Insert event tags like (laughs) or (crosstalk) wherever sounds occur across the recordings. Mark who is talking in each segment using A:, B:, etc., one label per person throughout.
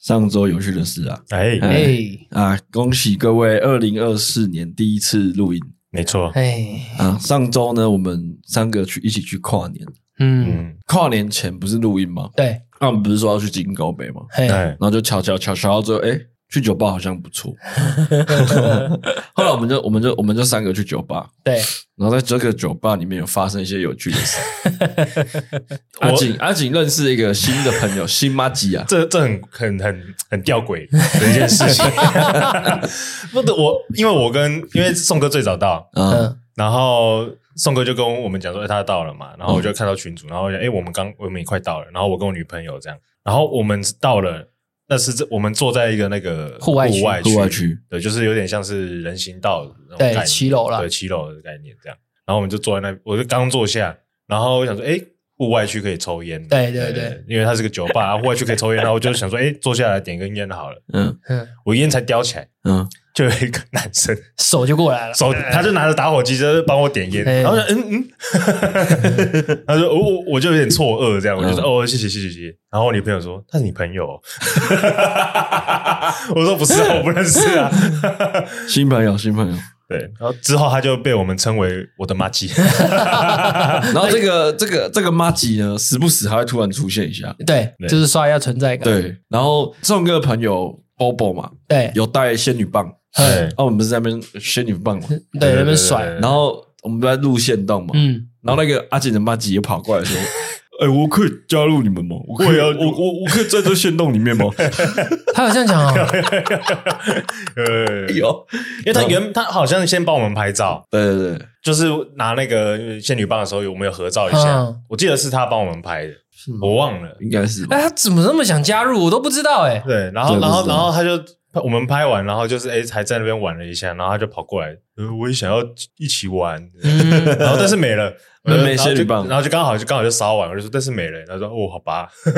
A: 上周有趣的事啊
B: 哎，
A: 哎
C: 哎
A: 啊！恭喜各位，二零二四年第一次录音
B: 没错，
C: 哎，
A: 啊！上周呢，我们三个去一起去跨年，
C: 嗯，
B: 嗯，
A: 跨年前不是录音吗？
C: 对，
A: 那、我们不是说要去金高北吗？
C: 嘿，
B: 哎
A: 然，后就瞧瞧瞧瞧到最后，哎、去酒吧好像不错。 (laughs) 后来我们就我们就我们就三个去酒吧，
C: 对，
A: 然后在这个酒吧里面有发生一些有趣的事。阿
B: 我
A: 景阿景认识一个新的朋友，新妈吉啊，
B: 这这很很很很吊诡的一件事情。 (laughs) 不得我，因为我跟因为宋哥最早到，
A: 啊，
C: 嗯，
B: 然后宋哥就跟我们讲说，哎，他到了嘛，然后我
C: 嗯
B: 就看到群主，然后我就哎，我们刚我们也快到了，然后我跟我女朋友这样，然后我们到了，那是这我们坐在一个那个
C: 户外区
B: 户外
A: 户外区
B: 对，就是有点像是人行道那种
C: 对
B: 概念
C: 骑楼啦
B: 对，骑楼的概念这样。然后我们就坐在那，我就刚坐下，然后我想说，哎，户外区可以抽烟，
C: 对对对，
B: 因为它是个酒吧，户外区可以抽烟，然后我就想说，哎，坐下来点根烟好了，
A: 嗯
C: 嗯，
B: 我烟才叼起来。
A: 嗯，
B: 就有一个男生
C: 手就过来了，
B: 手，他就拿着打火机，就是帮我点烟，
C: 哎
B: 然后我就嗯
C: (laughs)
B: 嗯，他说我我我就有点错愕，这样我
C: 嗯
B: 就说哦谢谢谢谢谢谢，然后我女朋友说他是你朋友哦， (laughs) 我说不是啊，我不认识
C: (laughs)
B: 啊，
A: 新朋友新朋友。
B: 对，然后之后他就被我们称为我的妈
C: (laughs)
B: 鸡，
A: 然后这个这个这个妈吉呢，时不时还会突然出现一下。
C: 对，
B: 对
C: 就是刷一下存在感，
A: 对，然后宋哥的朋友 Bobo 嘛，
C: 对，
A: 有带仙女棒，
B: 对
A: 哦，我们不是在那边仙女棒
C: (laughs)
A: 嘛，
C: 哎对，那边甩，
B: 对
A: 然后我们在路线道嘛，
C: 嗯，
A: 然后那个阿锦的妈吉也跑过来
C: (laughs)
A: 说：“哎、我可以加入你们吗？我可以，啊
C: 啊
A: 我我我可以在这线洞里面
C: (laughs)
A: 吗，
C: 哎他有这样讲哦，
B: 呃？”
A: 有，
B: 因为他原他好像先帮我们拍照，
A: 对对对，
B: 就是拿那个仙女棒的时候，我们有合照一下，
C: 嗯
B: 我记得是他帮我们拍的，我忘了。
A: 应该是吧
C: 哎，他怎么那么想加入，我都不知道，哎，
B: 对，
A: 这
B: 然后
A: 个
B: 然
A: 不
B: 后
A: 知道
B: 然后他就我们拍完，然后就是哎还在那边玩了一下，然后他就跑过来，呃，我也想要一起玩，
C: 嗯，
B: (laughs) 然后但是没了。
A: 那
B: 我就
A: 没
B: 然后
A: 仙女
B: 就
A: 棒
B: 然后就刚好就刚好就烧完，我就说但是没了，他说哦好吧， (laughs) 我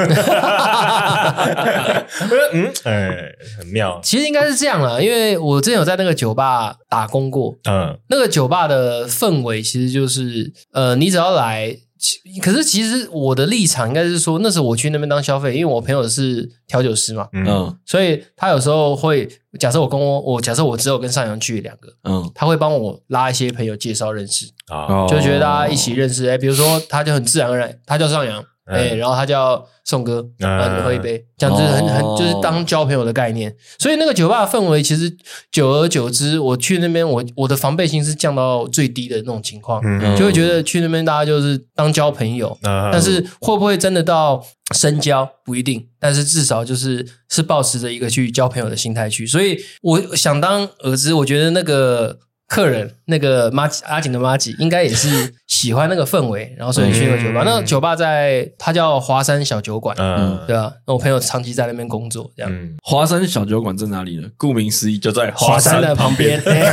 B: 说嗯哎很妙，
C: 其实应该是这样啦，因为我之前有在那个酒吧打工过，
B: 嗯
C: 那个酒吧的氛围其实就是，呃，你只要来，其可是其实我的立场应该是说，那时候我去那边当消费，因为我朋友是调酒师嘛，
B: 嗯
A: 嗯
C: 所以他有时候会，假设我跟我我假设我只有跟上扬去两个，
A: 嗯，
C: 他会帮我拉一些朋友介绍认识，
B: 啊
C: 就觉得大家一
A: 哦
C: 起认识，哎、比如说他就很自然而然，他叫上扬，
B: 嗯
C: 哎、然后他叫宋哥，
B: 嗯
C: 然后你喝一杯，这样就是很很
A: 哦
C: 就是当交朋友的概念。所以那个酒吧的氛围，其实久而久之，我去那边，我我的防备心是降到最低的那种情况，
B: 嗯
A: 嗯
C: 就会觉得去那边大家就是当交朋友，
B: 嗯
C: 但是会不会真的到深交不一定，但是至少就是是保持着一个去交朋友的心态去。所以我想当儿子，我觉得那个客人那个妈吉阿景的妈吉应该也是喜欢那个氛围，然后所以去那个酒吧。
B: 嗯
C: 那酒吧在它叫华山小酒馆，
B: 嗯
C: 对啊，那我朋友长期在那边工作，这样。
B: 嗯
A: 华山小酒馆在哪里呢？顾名思义，就在
C: 华山的
A: 旁
C: 旁边， (laughs)
A: 边。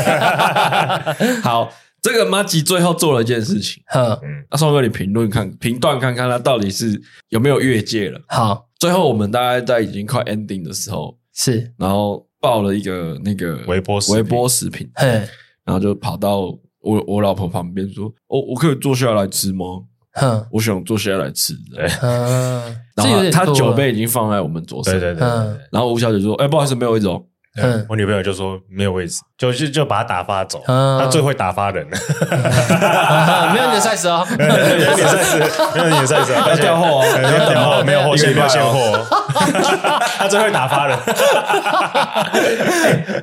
A: (laughs) 好，这个妈吉最后做了一件事情。
C: 哼，
A: 那宋哥，你评论看评断看看他到底是有没有越界了。
C: 好，
A: 最后我们大概在已经快 ending 的时候，
C: 是，
A: 然后爆了一个那个
B: 微波食品
A: 微波食品，
C: 哼，
A: 然后就跑到我我老婆旁边说：“哦，我可以坐下来吃吗？
C: 哼，
A: 我想坐下来吃。”
C: 嗯，
A: 然
C: 这有
A: 后
C: 点
A: 她
C: 多
A: 酒
C: 了，
A: 杯已经放在我们桌上，
B: 对对对对
A: 然后吴小姐说：“哎，不好意思，没有一种。
C: 嗯，
B: 我女朋友就说没有位置，就就就把他打发走，
C: 嗯
B: 他最会打发人了。
C: (laughs) 没有你的 size 哦，
B: 没有点赛事，没有点赛事，
A: 要调货 (laughs) 哦
B: 对要调货，没有货
A: 一个
B: 现
A: 礼拜
B: 没
A: 哦
B: 有现货哦， (laughs) 他最会打发人。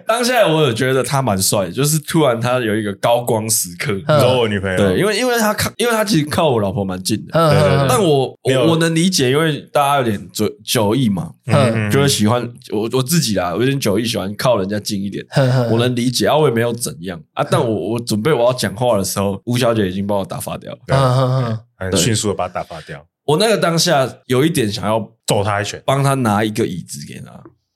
A: 当 (laughs) 下我有觉得他蛮帅的，就是突然他有一个高光时刻，
C: 嗯
B: 你说我女朋友，
A: 对，因为因为他靠，因为他其实靠我老婆蛮近的，
C: 嗯
B: 对对
C: 嗯
B: 对
A: 但我
B: 没有
A: 我我能理解，因为大家有点酒酒意嘛，
C: 嗯
A: 就会喜欢我我自己啦，我有点酒意，喜欢靠人家近一点。
C: 哼哼
A: 我能理解，啊，我也没有怎样啊。但我我准备我要讲话的时候，吴小姐已经帮我打发掉了。
B: 对
C: 嗯哼哼，
B: 很迅速的把他打发掉，
A: 我那个当下有一点想要
B: 揍他一拳。
A: 帮她拿一个椅子给她，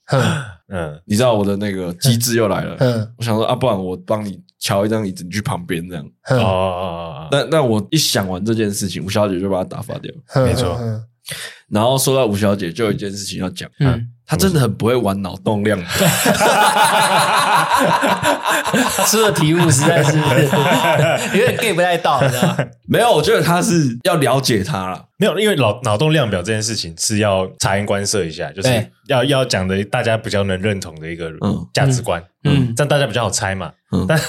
C: 哼
B: 嗯，
A: 你知道我的那个机智又来
C: (laughs)
A: 了。
C: 哼
A: 我想说啊，不然我帮你瞧一张椅子，你去旁边这样。
B: 哦
C: 哼
B: 哦哦哦，
A: 那那我一想完这件事情，吴小姐就把她打发掉。
C: 哼，
B: 没错
C: 哼，
A: 然后说到吴小姐，就有一件事情要讲，
C: 嗯
A: 她真的很不会玩脑洞量。
C: 他出的题目实在是有点 get 不太到，你知道吗？
A: 没有，我觉得他是要了解他了。
B: 没有，因为脑脑洞量表这件事情是要察言观色一下，就是
C: 对
B: 要要讲的大家比较能认同的一个
A: 嗯
B: 价值观，
C: 嗯
B: 这样大家比较好猜嘛。
A: 嗯
B: 但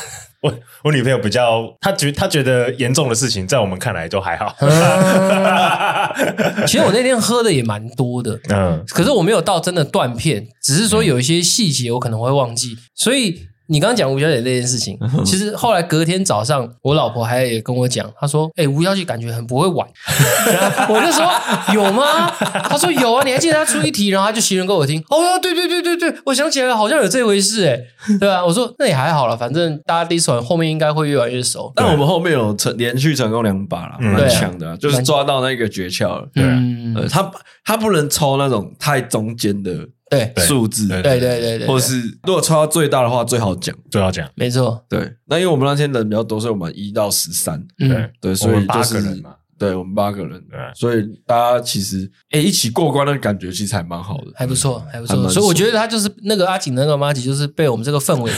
B: 我我女朋友比较，她觉她觉得严重的事情，在我们看来都还好。
C: 其实我那天喝的也蛮多的，
B: (laughs) 嗯，
C: 可是我没有到真的断片，只是说有一些细节我可能会忘记，所以。你刚刚讲吴小姐那件事情，其实后来隔天早上，我老婆还也跟我讲，她说：“哎、吴小姐感觉很不会玩。” (laughs) 我就说：“有吗？”她说：“有啊，你还记得她出一题，然后她就形容给我听。”哦，对对对对对，我想起来了，好像有这回事哎、对啊，我说那也还好了，反正大家 d i s 后面应该会越来越熟。
A: 但我们后面有成连续成功两把了，
B: 嗯
A: 蛮强的啊，就是抓到那个诀窍了。
B: 对啊
C: 嗯
A: 呃，他他不能抽那种太中间的
C: 对
B: 对
A: 数字，
B: 对
C: 对对对对，
A: 或是如果抽到最大的话最好讲。
B: 就要讲，
C: 没错，
A: 对，那因为我们那天人比较多，所以我们一到十三，
B: 对
C: 嗯，
A: 对，
B: 我
A: 所以
B: 们八
A: 就
B: 个
A: 是
B: 人嘛，
A: 对我们八个人，
B: 对
A: 所以大家其实诶一起过关的感觉其实还蛮好的，
C: 还不错，还不
A: 嗯还
C: 错。
A: 蛮
C: 所以我觉得他就是那个阿景那个妈吉，就是被我们这个
A: (laughs)
C: 氛围，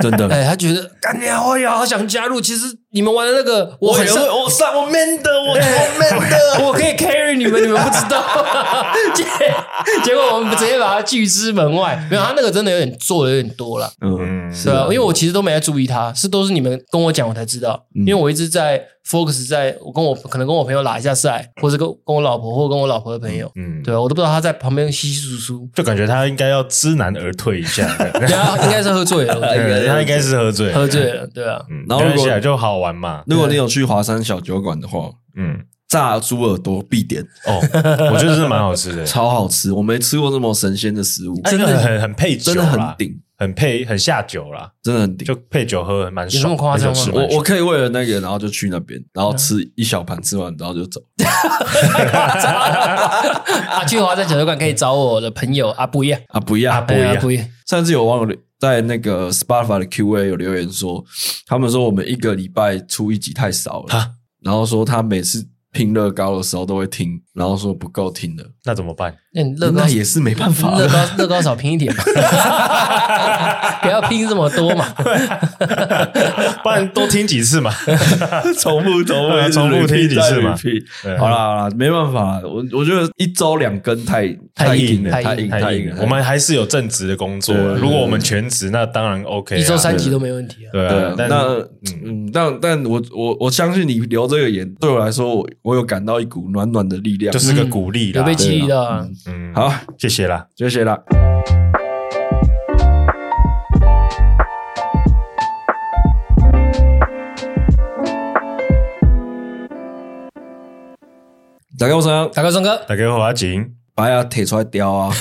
A: 真的。
C: (laughs) 哎，他觉得干娘，哎呀，好想加入。其实你们玩的那个，我
A: 我
C: 很
A: 也
C: 上
A: 会，我上我 man 的，我我 man 的，
C: (laughs) 我可以 carry 你们，你们不知道。 (laughs) 结结果我们直接把他拒之门外。没有，他那个真的有点做的有点多了，
A: 嗯，
B: 嗯
A: 是
C: 对啊，
A: 啊
C: 因，为我其实都没在注意他，是都是你们跟我讲我才知道，
A: 嗯
C: 因为我一直在 focus 在我跟我可能跟我朋友拉一下赛，或者跟跟我老婆或跟我老婆的朋友，
B: 嗯，
C: 对啊，我都不知道他在旁边稀稀疏疏，
B: 就感觉他应该要知难而退
A: (laughs)
B: 一下，
A: 哎
C: (laughs) 然后啊应该是喝醉了，我觉得
B: (laughs) 对他应该是喝醉，
C: 喝醉了，对啊，
B: 嗯，
A: 然后
B: 没
A: 如
B: 关
A: 果
B: 系啊，就好玩嘛，
A: 如果你有去华山小酒馆的话，
B: 嗯，
A: 炸猪耳朵必点， (laughs)
B: 哦，我觉得是蛮好吃的，
A: 超好吃，我没吃过这么神仙的食物，
B: 真的哎很很配酒
A: 真
B: 啦，
A: 的很顶，
B: 很配很下酒啦，
A: 真的很顶。
B: 就配酒喝蛮
C: 有那
B: 爽，
C: 么夸张吗
B: 配酒吃蛮嗯
A: 我我
B: 爽
A: 可以为了那个，然后就去那边，然后吃一小盘，吃完然后就走。
C: 啊，去华山小酒馆可以找我的朋友阿布一样，
A: 啊，不要，
B: 不一样
C: 哎阿布一样，
A: 上次有网友在那个 Spotify 的 Q&A 有留言说，他们说我们一个礼拜出一集太少
B: 哈
A: 了，然后说他每次拼乐高的时候都会听，然后说不够听了，
B: 那怎么办？ (laughs)
C: 那你乐高
A: 那也是没办法
C: 乐
A: 了。
C: 高乐高少拼一点嘛，不要拼这么多嘛，
B: 不然多听几
A: (laughs)
B: 次嘛。
A: 重复重
B: 对啊
A: 复
B: 重复听几次嘛
A: 再 repeat
B: 对啊
A: 好啦好啦，没办法啦，我我觉得一周两更太
C: 太
A: 硬
C: 硬
A: 了，
C: 了
A: 太
C: 太
A: 硬
C: 硬
A: 太
B: 太
A: 硬
B: 硬
A: 了
B: 了，。我们还是有正职的工作啊。
A: 对对
B: 如果我们全职，那当然 OK 啊。
C: 一周三集都没问题啊。
B: 对
A: 对
B: 啊
A: 啊，，
B: 但
A: 那嗯，但但我我我相信你留这个言，对我来说，我我有感到一股暖暖的力量。
B: 就是个鼓励
C: 有
B: 啦。
C: 被激励到啊！
B: 嗯，好，
A: 好，
B: 谢谢啦。
A: 谢谢啦。大哥，我想
C: 打开松哥，
B: 大家好，阿
A: (laughs)
B: 景，
A: 把它铁出来雕啊！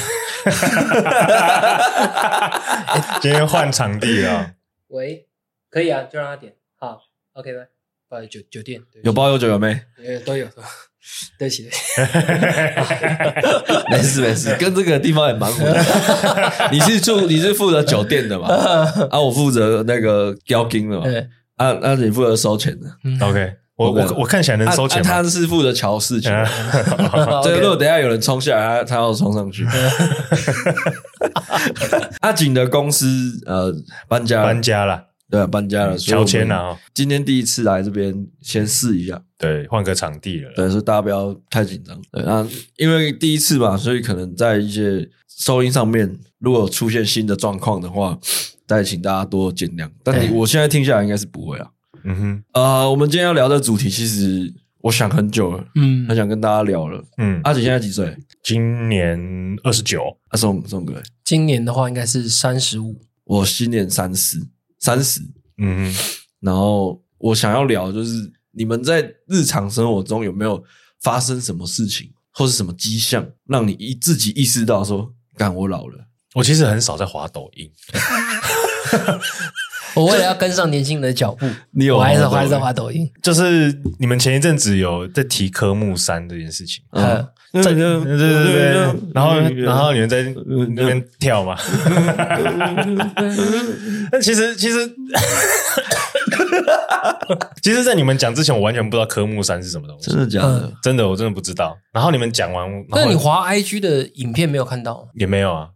B: 今天换场地了。
C: 喂，可以啊，就让他点。好，OK 拜。不好意思，酒酒店对不
A: 有
C: 起
A: 包有酒有没？
C: 呃都有， (laughs) 对不起，对不起
A: (laughs) 没事没事，跟这个地方也蛮混的。
C: (laughs)
A: 你是住你是负责酒店的嘛？啊，我负责那个交金的嘛。
C: 对
A: 啊，那你负责收钱的。
B: OK，我嗯我我看起来能嗯收钱
A: 啊啊
B: 吗？嗯
A: 他是负责乔事情。
C: (laughs)
A: 这个
C: OK 嗯
A: 如果等一下有人冲下来，他他要冲上去。 (laughs) 阿景的公司呃搬家了
B: 搬家啦，
A: 对啊搬家了，所以我们
B: 乔迁啦，哦
A: 今天第一次来这边，先试一下，
B: 对，换个场地了啦。
A: 对，所以大家不要太紧张。对，那因为第一次嘛，所以可能在一些收音上面，如果有出现新的状况的话，再请大家多见谅。但你
C: 对
A: 我现在听下来应该是不会啊。
B: 嗯哼，
A: 呃，我们今天要聊的主题，其实我想很久了，
C: 嗯
A: 很，想跟大家聊了。
B: 嗯，
A: 阿景现在几岁？
B: 今年二十九，
A: 阿宋宋哥，
C: 今年的话应该是三十五，
A: 我今年三十，三十，
B: 嗯
A: 然后我想要聊就是你们在日常生活中有没有发生什么事情，或是什么迹象，让你一自己意识到说，干我老了。
B: 我其实很少在滑抖音，
C: 我为了要跟上年轻人的脚步，
A: 你有
C: 我还是
A: 滑抖音
C: 还是在滑抖音，
B: 就是你们前一阵子有在提科目三这件事情。
A: 嗯
C: 嗯，
A: 对
B: (laughs) 对对对对对，然后然后你们在那边跳嘛？但其实其实， (laughs) 其实，在你们讲之前，我完全不知道科目三是什么东
A: (laughs) 真
B: 西，
A: 的假的？
B: 真的我真的不知道。然后你们讲完，然后
C: 那你滑 IG 的影片没有看到吗？
B: 也没有啊？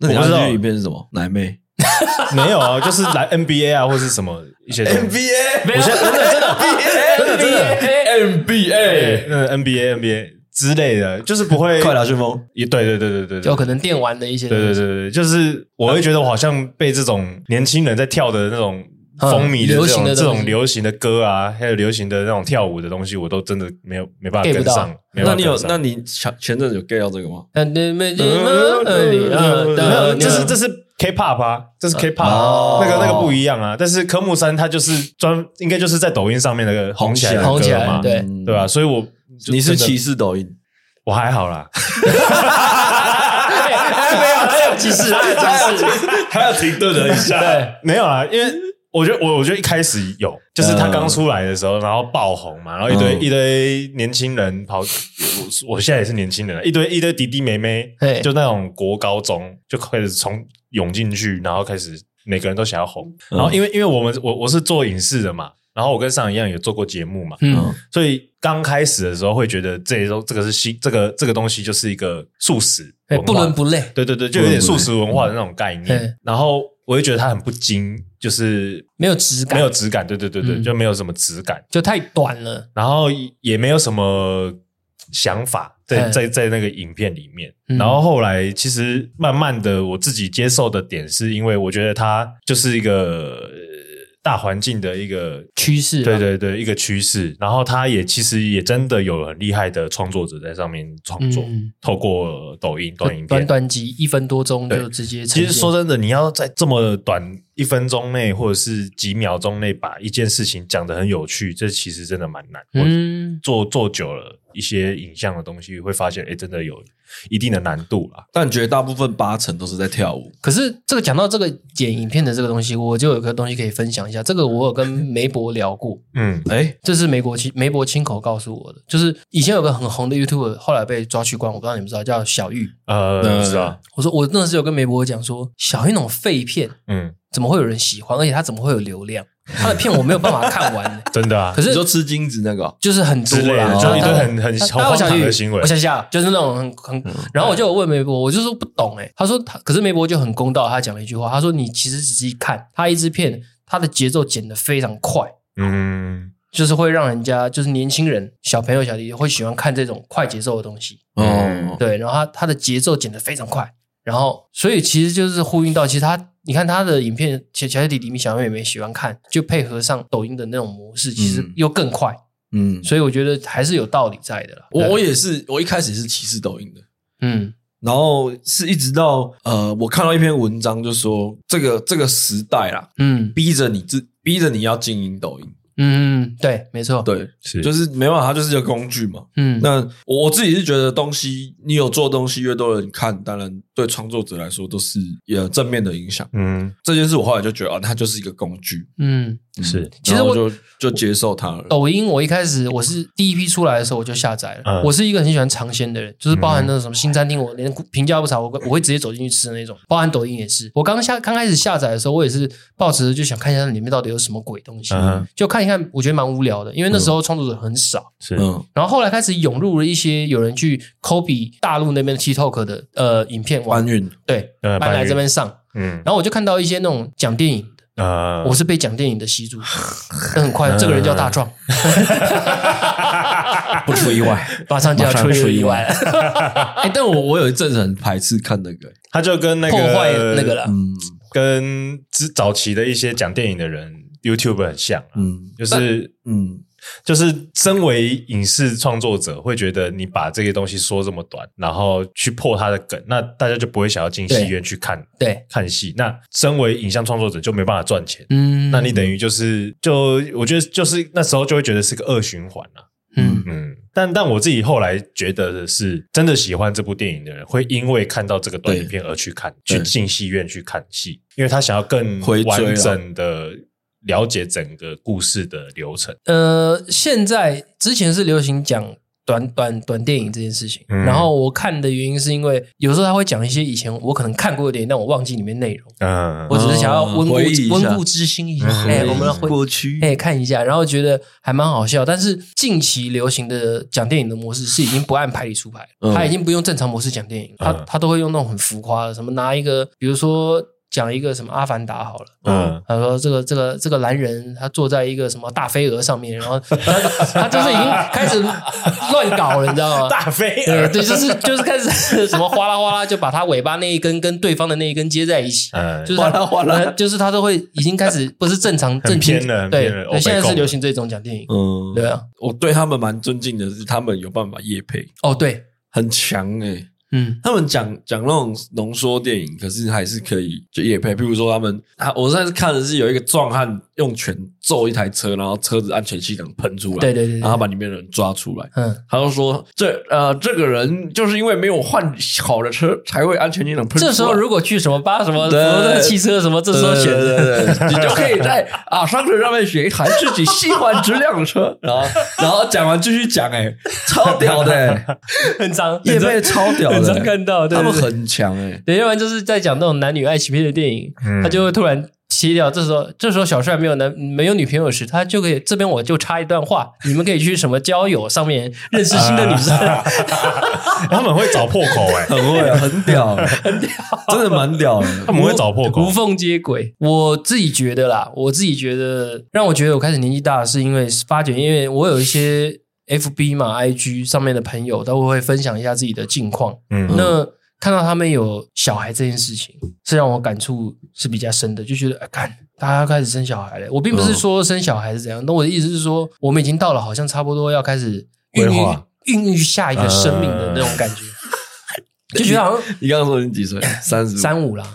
A: 那你
B: 我不知道
A: IG 影片是什么？奶妹？
B: (laughs) 没有啊，就是来 NBA 啊，或是什么一些东西
A: NBA
C: 没有，真的真的
A: NBA
C: 真的真的，
A: NBA
B: 嗯 NBA NBA 之类的，就是不会
A: (laughs) 快打旋风，
B: 也对对对对对对，
C: 就可能电玩的一些
B: 对对对对，就是我会觉得我好像被这种年轻人在跳的那种风靡的
C: 嗯流
B: 这
C: 行
B: 种、
C: 的
B: 这
C: 东西
B: 种流行的歌啊，还有流行的那种跳舞的东西，我都真的没有没办法
C: Get
B: 跟
C: 不到
B: 上。没
A: 那
B: 办法
A: 你有
B: 跟上
A: 那你前前阵子有 get 到这个吗？
C: 嗯，对没对，
B: 没有，啊
C: 嗯，
B: 这是这是 K-pop 啊，这是 K-pop，、
A: 哦
B: 那个那个不一样啊。但是科目三它就是专，应该就是在抖音上面那个红起来的歌嘛，
C: 红起来对
A: 嗯
B: 对吧、？所以我就
A: 你是
B: 真的
A: 歧视抖音？
B: 我还
A: (laughs)
B: 好啦，
C: 没有还有歧视，还有歧视，
A: 还要停顿了一下，
C: 对，
B: 没有啦，因为我觉得我我觉得一开始有，就是他
A: 嗯
B: 刚出来的时候，然后爆红嘛，然后一堆、
A: 嗯
B: 一堆年轻人跑，我我现在也是年轻人啊，一堆一堆弟弟妹妹
C: 嘿，
B: 就那种国高中就开始从涌进去，然后开始每个人都想要红，
A: 嗯
B: 然后因为因为我们我我是做影视的嘛，然后我跟上一样有做过节目嘛，
C: 嗯
A: 嗯，
B: 所以刚开始的时候会觉得这都这个是新这个这个东西就是一个素食
C: 哎
B: 文化，
C: 不伦不类，
B: 对对对，就有点素食文化的那种概念
C: 嗯。
B: 然后我就觉得它很不精，就是
C: 没有质感
B: 没有质感。对对对对，
C: 嗯
B: 就没有什么质感，
C: 就太短了，
B: 然后也没有什么想法在
C: 嗯
B: 在在那个影片里面。
C: 嗯
B: 然后后来其实慢慢的，我自己接受的点是因为我觉得它就是一个。呃大环境的一个
C: 趋势啊
B: 对对对，一个趋势。然后他也其实也真的有很厉害的创作者在上面创作，
C: 嗯
B: 透过抖音、短影片
C: 短，短几一分多钟
B: 对
C: 就直接呈
B: 其
C: 现，
B: 实说真的，你要在这么短一分钟内，或者是几秒钟内，把一件事情讲得很有趣，这其实真的蛮难。我
C: 嗯，
B: 做做久了，一些影像的东西会发现，哎，真的有一定的难度啦。
A: 但绝大部分八成都是在跳舞。
C: 可是这个讲到这个剪影片的这个东西，我就有个东西可以分享一下。这个我有跟梅博聊过， (laughs)
B: 嗯
A: 哎，
C: 这是梅博亲梅博亲口告诉我的，就是以前有个很红的 YouTube，后来被抓去关，我不知道你们知道，叫小玉。
B: 呃，
A: 那
B: 是啊，
C: 我说我那时候有跟梅博讲说，小玉那种废片
B: 嗯，
C: 怎么会有人喜欢，而且他怎么会有流量？他的片我没有办法
A: (laughs)
C: 看完、
B: 真的啊
C: 可，
A: 你
C: 是
A: 说吃金子那个哦，
C: 就是很多
B: 之类
C: 啦
B: 的，
A: 哦
B: 就是一堆
C: 他
B: 很很
C: 他
B: 很
C: 他有
B: 荒
C: 小
B: 唐
C: 玉
B: 的行为嗯
C: 我。想想，就是那种很很，然后我就有问梅博，我就说不懂哎、欸他说他，可是梅博就很公道，他讲了一句话，他说你其实仔细看，他一支片，他的节奏剪得非常快，
B: 嗯，
C: 就是会让人家就是年轻人、小朋友、小弟弟会喜欢看这种快节奏的东西，
A: 嗯，
C: 对，然后他他的节奏剪得非常快，然后所以其实就是呼应到，其实他你看他的影片，小小弟弟、米小妹妹喜欢看，就配合上抖音的那种模式，其实
A: 嗯
C: 又更快，
A: 嗯，
C: 所以我觉得还是有道理在的啦。
A: 我我
C: 也
A: 也是，我一开始是歧视抖音的，
C: 嗯。
A: 然后是一直到呃，我看到一篇文章，就说这个这个时代啦，
C: 嗯
A: 逼着你自逼着你要经营抖音，
C: 嗯，对，没错，，
A: 对，
B: 是
A: 就是是没办法，它就是一个工具嘛。
C: 嗯，
A: 那我我自己是觉得东西，你有做东西，越多人看，当然对创作者来说都是有正面的影响。
B: 嗯
A: 这件事我后来就觉得啊，它就是一个工具，
C: 嗯，
B: 是
C: 其实
A: 然后
C: 我哦
A: 我就就接受它了。
C: 抖音我一开始我是第一批出来的时候我就下载了，
B: 嗯
C: 我是一个很喜欢尝鲜的人，就是包含那种什么新餐厅，我连评价不查，我我会直接走进去吃的那种，包含抖音也是。我刚下刚开始下载的时候，我也是抱持着就想看一下里面到底有什么鬼东西，
B: 嗯
C: 就看一看，我觉得蛮无聊的，因为那时候创作者很少。
B: 是
A: 嗯
C: 然后后来开始涌入了一些有人去 copy 大陆那边的 TikTok 的呃影片
A: 搬
C: 网，
A: 运，
C: 对，
B: 呃
C: 搬
B: 搬
C: 来
B: 运
C: 这边上，
B: 嗯
C: 然后我就看到一些那种讲电影的。
B: 呃，
C: 我是被讲电影的吸住，但很快这个人叫大壮，
A: 不出意
C: (laughs)
A: 外。
C: 马上就要出意外，
A: (laughs) 哎，但我我有一阵子很排斥看那个，
B: 他就跟那个
C: 破坏那个了。
A: 嗯
B: 跟之早期的一些讲电影的人 YouTube 很像、啊，
A: 嗯
B: 就是
A: 嗯，
B: 就是身为影视创作者，会觉得你把这些东西说这么短，然后去破它的梗，那大家就不会想要进戏院去看
C: 对，
B: 看戏。那身为影像创作者就没办法赚钱，
C: 嗯，
B: 那你等于就是就我觉得就是那时候就会觉得是个恶循环啊。
C: 嗯
B: 嗯，但但我自己后来觉得的是，真的喜欢这部电影的人，会因为看到这个短影片而去看，
A: 对
B: 去进戏院去看戏，因为他想要更
A: 回
C: 啊
A: 追了
B: 完整的了解整个故事的流程。
C: 呃，现在之前是流行讲短短短电影这件事情，
B: 嗯
C: 然后我看的原因是因为有时候他会讲一些以前我可能看过的电影，但我忘记里面内容，
B: 嗯
C: 我只是想要温故
A: 回忆一下
C: 温故知新一下，哎，我们来回
A: 过去
C: 哎、看一下，然后觉得还蛮好笑。但是近期流行的讲电影的模式是已经不按牌理出牌了，
A: 嗯
C: 他已经不用正常模式讲电影，他
B: 嗯
C: 他都会用那种很浮夸的，什么拿一个，比如说。讲一个什么《阿凡达》好了。
B: 嗯，
C: 他说：“这个这个这个男人，他坐在一个什么大飞蛾上面，然后他他就是已经开始乱搞了，你知道
B: (laughs)
C: 吗？
B: 哦大飞
C: 对对，就是就是开始 (laughs) 什么哗啦哗啦，就把他尾巴那一根跟对方的那一根接在一起，
B: 嗯，
C: 就是他
A: 哗啦哗啦
C: 呃就是他都会已经
B: (laughs)
C: 开始不是正常正经
B: 偏了很
C: 对
B: 偏了欧
C: 对，
B: 北
C: 现在
B: 共
C: 是流行这种讲电影，
A: 嗯，
C: 对啊，
A: 我对他们蛮尊敬的，是他们有办法夜配，
C: 哦对，
A: 很强哎、
C: 嗯
A: 他们讲讲那种浓缩电影，可是还是可以就夜配。譬如说他们，啊，我上次看的是有一个壮汉用拳揍一台车，然后车子安全气囊喷出来，
C: 对对对对
B: 啊
A: 然后把里面的人抓出来。
C: 嗯，
A: 他就说：“这呃，这个人就是因为没有换好的车，才会安全气囊喷出来。”
C: 这时候如果去什么巴什么什
A: 对
C: 么那个汽车什么，这时候选
A: 对对对对你就可以在啊商城上面选一台自己喜欢质量的车，然后 (laughs) 然后讲完继续讲，哎，超屌的、
C: (laughs)
A: 欸，
C: (laughs) 很脏，
A: 叶贝超屌
C: 很
A: 的、
C: 常看到，对
A: 他
C: 对
A: 们
C: 对
A: 很强哎、
C: 对，要不然就是在讲那种男女爱情片的电影，
B: 嗯
C: 他就会突然切掉。这时候，这时候小帅没有男没有女朋友时，他就可以这边我就插一段话，你们可以去什么交友上面认识新的女
B: (laughs)
C: 生。嗯
B: 他们会找破口哎，
A: 很会啊，很屌，很屌，真的蛮屌的。
B: 他们会找破
C: 无
B: 口，
C: 缝接轨。我自己觉得啦，我自己觉得让我觉得我开始年纪大，是因为发觉，因为我有一些 FB 嘛、IG 上面的朋友，都会分享一下自己的近况。
B: 嗯
C: 那看到他们有小孩这件事情，是让我感触是比较深的，就觉得哎，看、大家要开始生小孩了。我并不
B: 嗯
C: 是说生小孩是怎样，那、我的意思是说，我们已经到了好像差不多要开始孕
B: 规
C: 育
B: 划
C: 孕育下一个生命的那种
B: (laughs)
C: 感觉，就觉得好像
A: 你刚刚说你几岁？三十
C: 三五啦。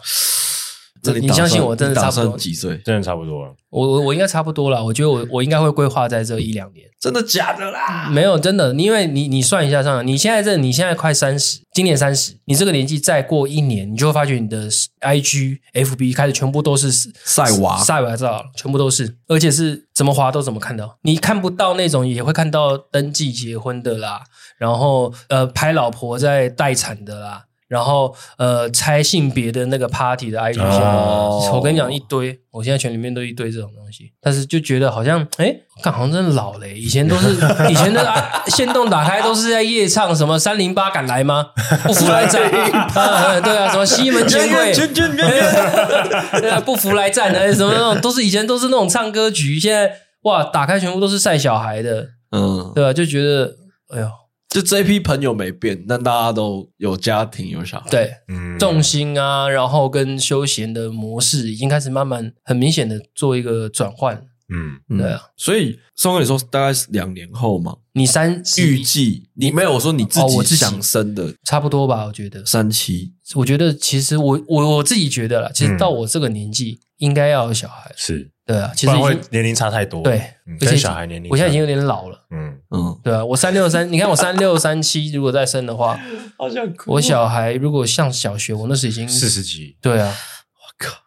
A: 这里
C: 你
A: 打算
C: 相信我真
A: 你
C: 的
A: 打
C: 差不多
A: 算几岁？
B: 真的差不多了。
C: 我我我应该差不多了，我觉得我我应该会规划在这一两年。
A: 真的假的啦？
C: 没有，真的，因为你你算一下，上你现在这你现在快三十，今年三十，你这个年纪再过一年，你就会发觉你的 I G F B 开始全部都是
A: 晒娃
C: 晒娃照，全部都是，而且是怎么滑都怎么看到，你看不到那种也会看到登记结婚的啦，然后呃拍老婆在待产的啦，然后呃猜性别的那个 party 的 I G 线。
A: 哦
C: 我跟你讲一堆，我现在群里面都一堆这种东西，但是就觉得好像，哎，看好像真的老嘞、以前都是以前的啊线动打开都是在夜唱什么三零八敢来吗？不服来战，啊对啊，什么西门千惠，
A: 军
C: 对啊，不服来战的什么那种，都是以前都是那种唱歌局，现在哇打开全部都是晒小孩的，
A: 嗯，
C: 对吧、啊就觉得哎呦，
A: 就这一批朋友没变，但大家都有家庭有小孩。
C: 对，
B: 嗯，
C: 重心啊，然后跟休闲的模式已经开始慢慢很明显的做一个转换。
B: 嗯，
A: 嗯
C: 对啊，
A: 所以宋哥，你说大概是两年后嘛？
C: 你
B: 嗯
C: 三
A: 预
C: 十
A: 计你没有我说你自
C: 哦我
A: 己
C: 自己
A: 想生的
C: 差不多吧，我觉得。
A: 三期，
C: 我觉得其实我我我自己觉得啦，其实
B: 嗯
C: 到我这个年纪应该要有小孩，
B: 是，
C: 对啊，其
B: 不
C: 实
B: 然
C: 已
B: 会
C: 经
B: 年龄差太多。
C: 对
B: 嗯，
C: 而且
B: 跟小孩年龄，
C: 我现在已经有，点老了，
B: 嗯，
A: 嗯，
C: 对啊，我三六三，你看我三六三七，如果再生的话，
B: (laughs)
A: 好想哭
C: 我小孩如果上小学，我那时已经
B: 四十几，
C: 对啊，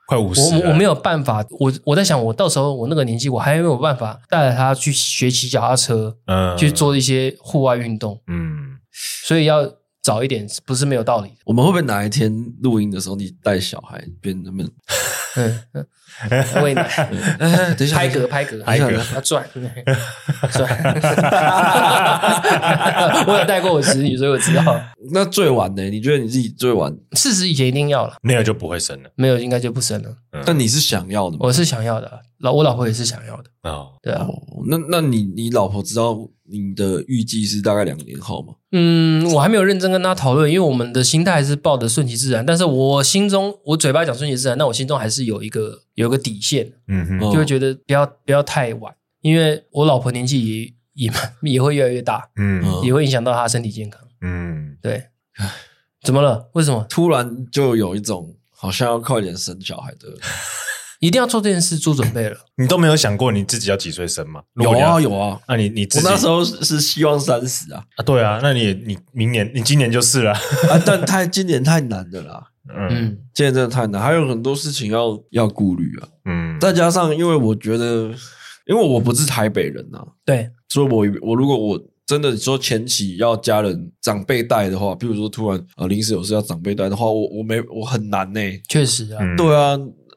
B: 快五十，
C: 我我没有办法，我我在想，我到时候我那个年纪，我还没有办法带着他去学骑脚踏车，
B: 嗯
C: 去，做一些户外运动，
B: 嗯，
C: 所以要早一点，不是没有道理的。
A: 我们会不会哪一天录音的时候，你带小孩边那 (laughs) 边？
C: 嗯，嗯喂奶。
A: 哎，等一下，
C: 拍嗝，拍嗝，
A: 拍嗝
C: 要转，转。我有带过我侄女，所以我知道，
A: 那最晚呢？你觉得你自己最晚？
C: 四十以前一定要了，
B: 那个就不会生了嗯
C: 没有应该就不生了。
A: 但你是想要的吗？
C: 我是想要的，老我老婆也是想要的，
B: 哦，
C: 对啊，
A: 哦，那那你你老婆知道你的预计是大概两年后吗？
C: 嗯，我还没有认真跟她讨论，因为我们的心态是抱的顺其自然，但是我心中我嘴巴讲顺其自然，但我心中还是有一个有一个底线，
B: 嗯哼，
A: 哦
C: 就会觉得不要不要太晚，因为我老婆年纪也也蛮也会越来越大，
B: 嗯
C: 也会影响到她身体健康。
B: 嗯，
C: 对，怎么了？为什么？
A: 突然就有一种好像要快点生小孩的，
C: 一定要做这件事做准备了。
B: 你都没有想过你自己要几岁生吗？如
A: 有
B: 果你要
A: 啊，有啊。
B: 那你你自
A: 我
B: 己
A: 那时候是是希望三十啊，
B: 啊对啊，那你你明年你今年就是了，
A: 啊，但太今年太难了啦。
B: 嗯
C: 嗯，
A: 现在真的太难，还有很多事情要要顾虑啊。
B: 嗯，
A: 再加上，因为我觉得，因为我不是台北人啊，
C: 对，
A: 所以我我如果我真的说前期要家人长辈带的话，比如说突然呃临时有事要长辈带的话，我我没我很难呢、
C: 确实啊，
B: 嗯
A: 对啊，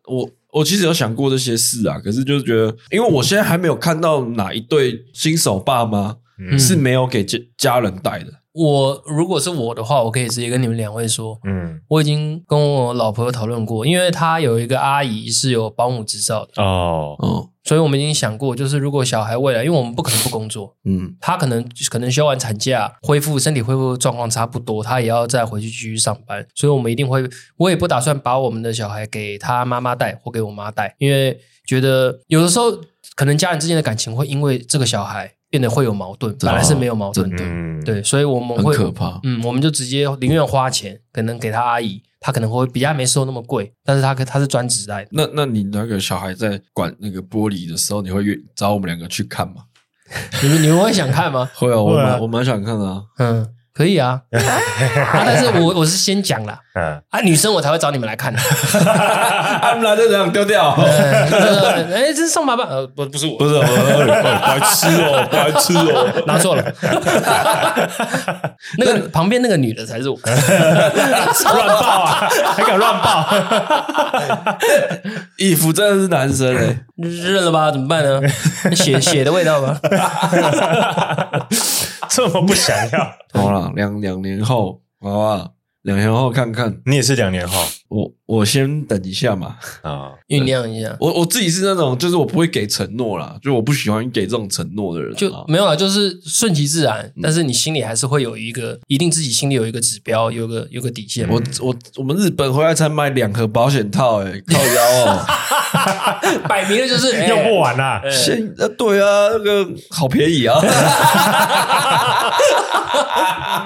A: 我我其实有想过这些事啊，可是就是觉得，因为我现在还没有看到哪一对新手爸妈
B: 嗯
A: 是没有给家家人带的。
C: 我如果是我的话，我可以直接跟你们两位说，
B: 嗯
C: 我已经跟我老婆有讨论过，因为她有一个阿姨是有保姆执照的，
B: 哦
A: 哦，
C: 所以我们已经想过，就是如果小孩未来，因为我们不可能不工作，
A: 嗯
C: 她可能可能休完产假，恢复身体恢复状况差不多，她也要再回去继续上班，所以我们一定会，我也不打算把我们的小孩给她妈妈带或给我妈带，因为觉得有的时候可能家人之间的感情会因为这个小孩变得会有矛盾，
A: 真的
C: 本来是没有矛盾
A: 啊真
C: 的，
B: 嗯，
C: 对，所以我们
A: 很
C: 会
A: 可怕。
C: 嗯，我们就直接宁愿花钱，可能给他阿姨，他可能会比他没收那么贵，但是他可他是专职来的，
A: 那那你那个小孩在管那个玻璃的时候，你会约找我们两个去看吗？
C: 你们你们会想看吗？
A: 会啊，我
B: 会啊
A: 蛮我蛮想看的啊。
C: 嗯，可以啊，啊但是我我是先讲啦，
B: 嗯，
C: 啊，女生我才会找你们
A: (laughs)
C: 来看的，
A: 他们俩就这样丢掉，
C: 哎、这是宋爸爸，呃，不不是我，
A: 不是我
B: 哎
A: 白痴哦，白痴哦。
C: 拿错了， (laughs) 那个旁边那个女的才是我，
B: 乱报啊， (laughs) 还敢乱报？ (laughs)
A: 衣服真的是男欸生嘞、
C: (laughs) 认了吧，怎么办呢？血血的味道吗？
B: 这么不想要？
A: 好了，两两年后，好吧，两年后看看。
B: 你也是两年后
A: 我我先等一下嘛。
B: 啊？
C: 酝酿一下，
A: 我我自己是那种，就是我不会给承诺啦，就我不喜欢给这种承诺的人啊。
C: 就没有了，就是顺其自
A: 嗯
C: 然，但是你心里还是会有一个，一定自己心里有一个指标，有个有个底线嘛。
A: 我我我们日本回来才买两盒保险套、
C: (laughs)
A: 欸，靠腰哦。
C: 摆明了就是
A: (laughs)
C: 哎
B: 用哎不啊完啦，
A: 现呃对啊，那个好便宜
C: (laughs)
A: 啊！ (laughs) 啊，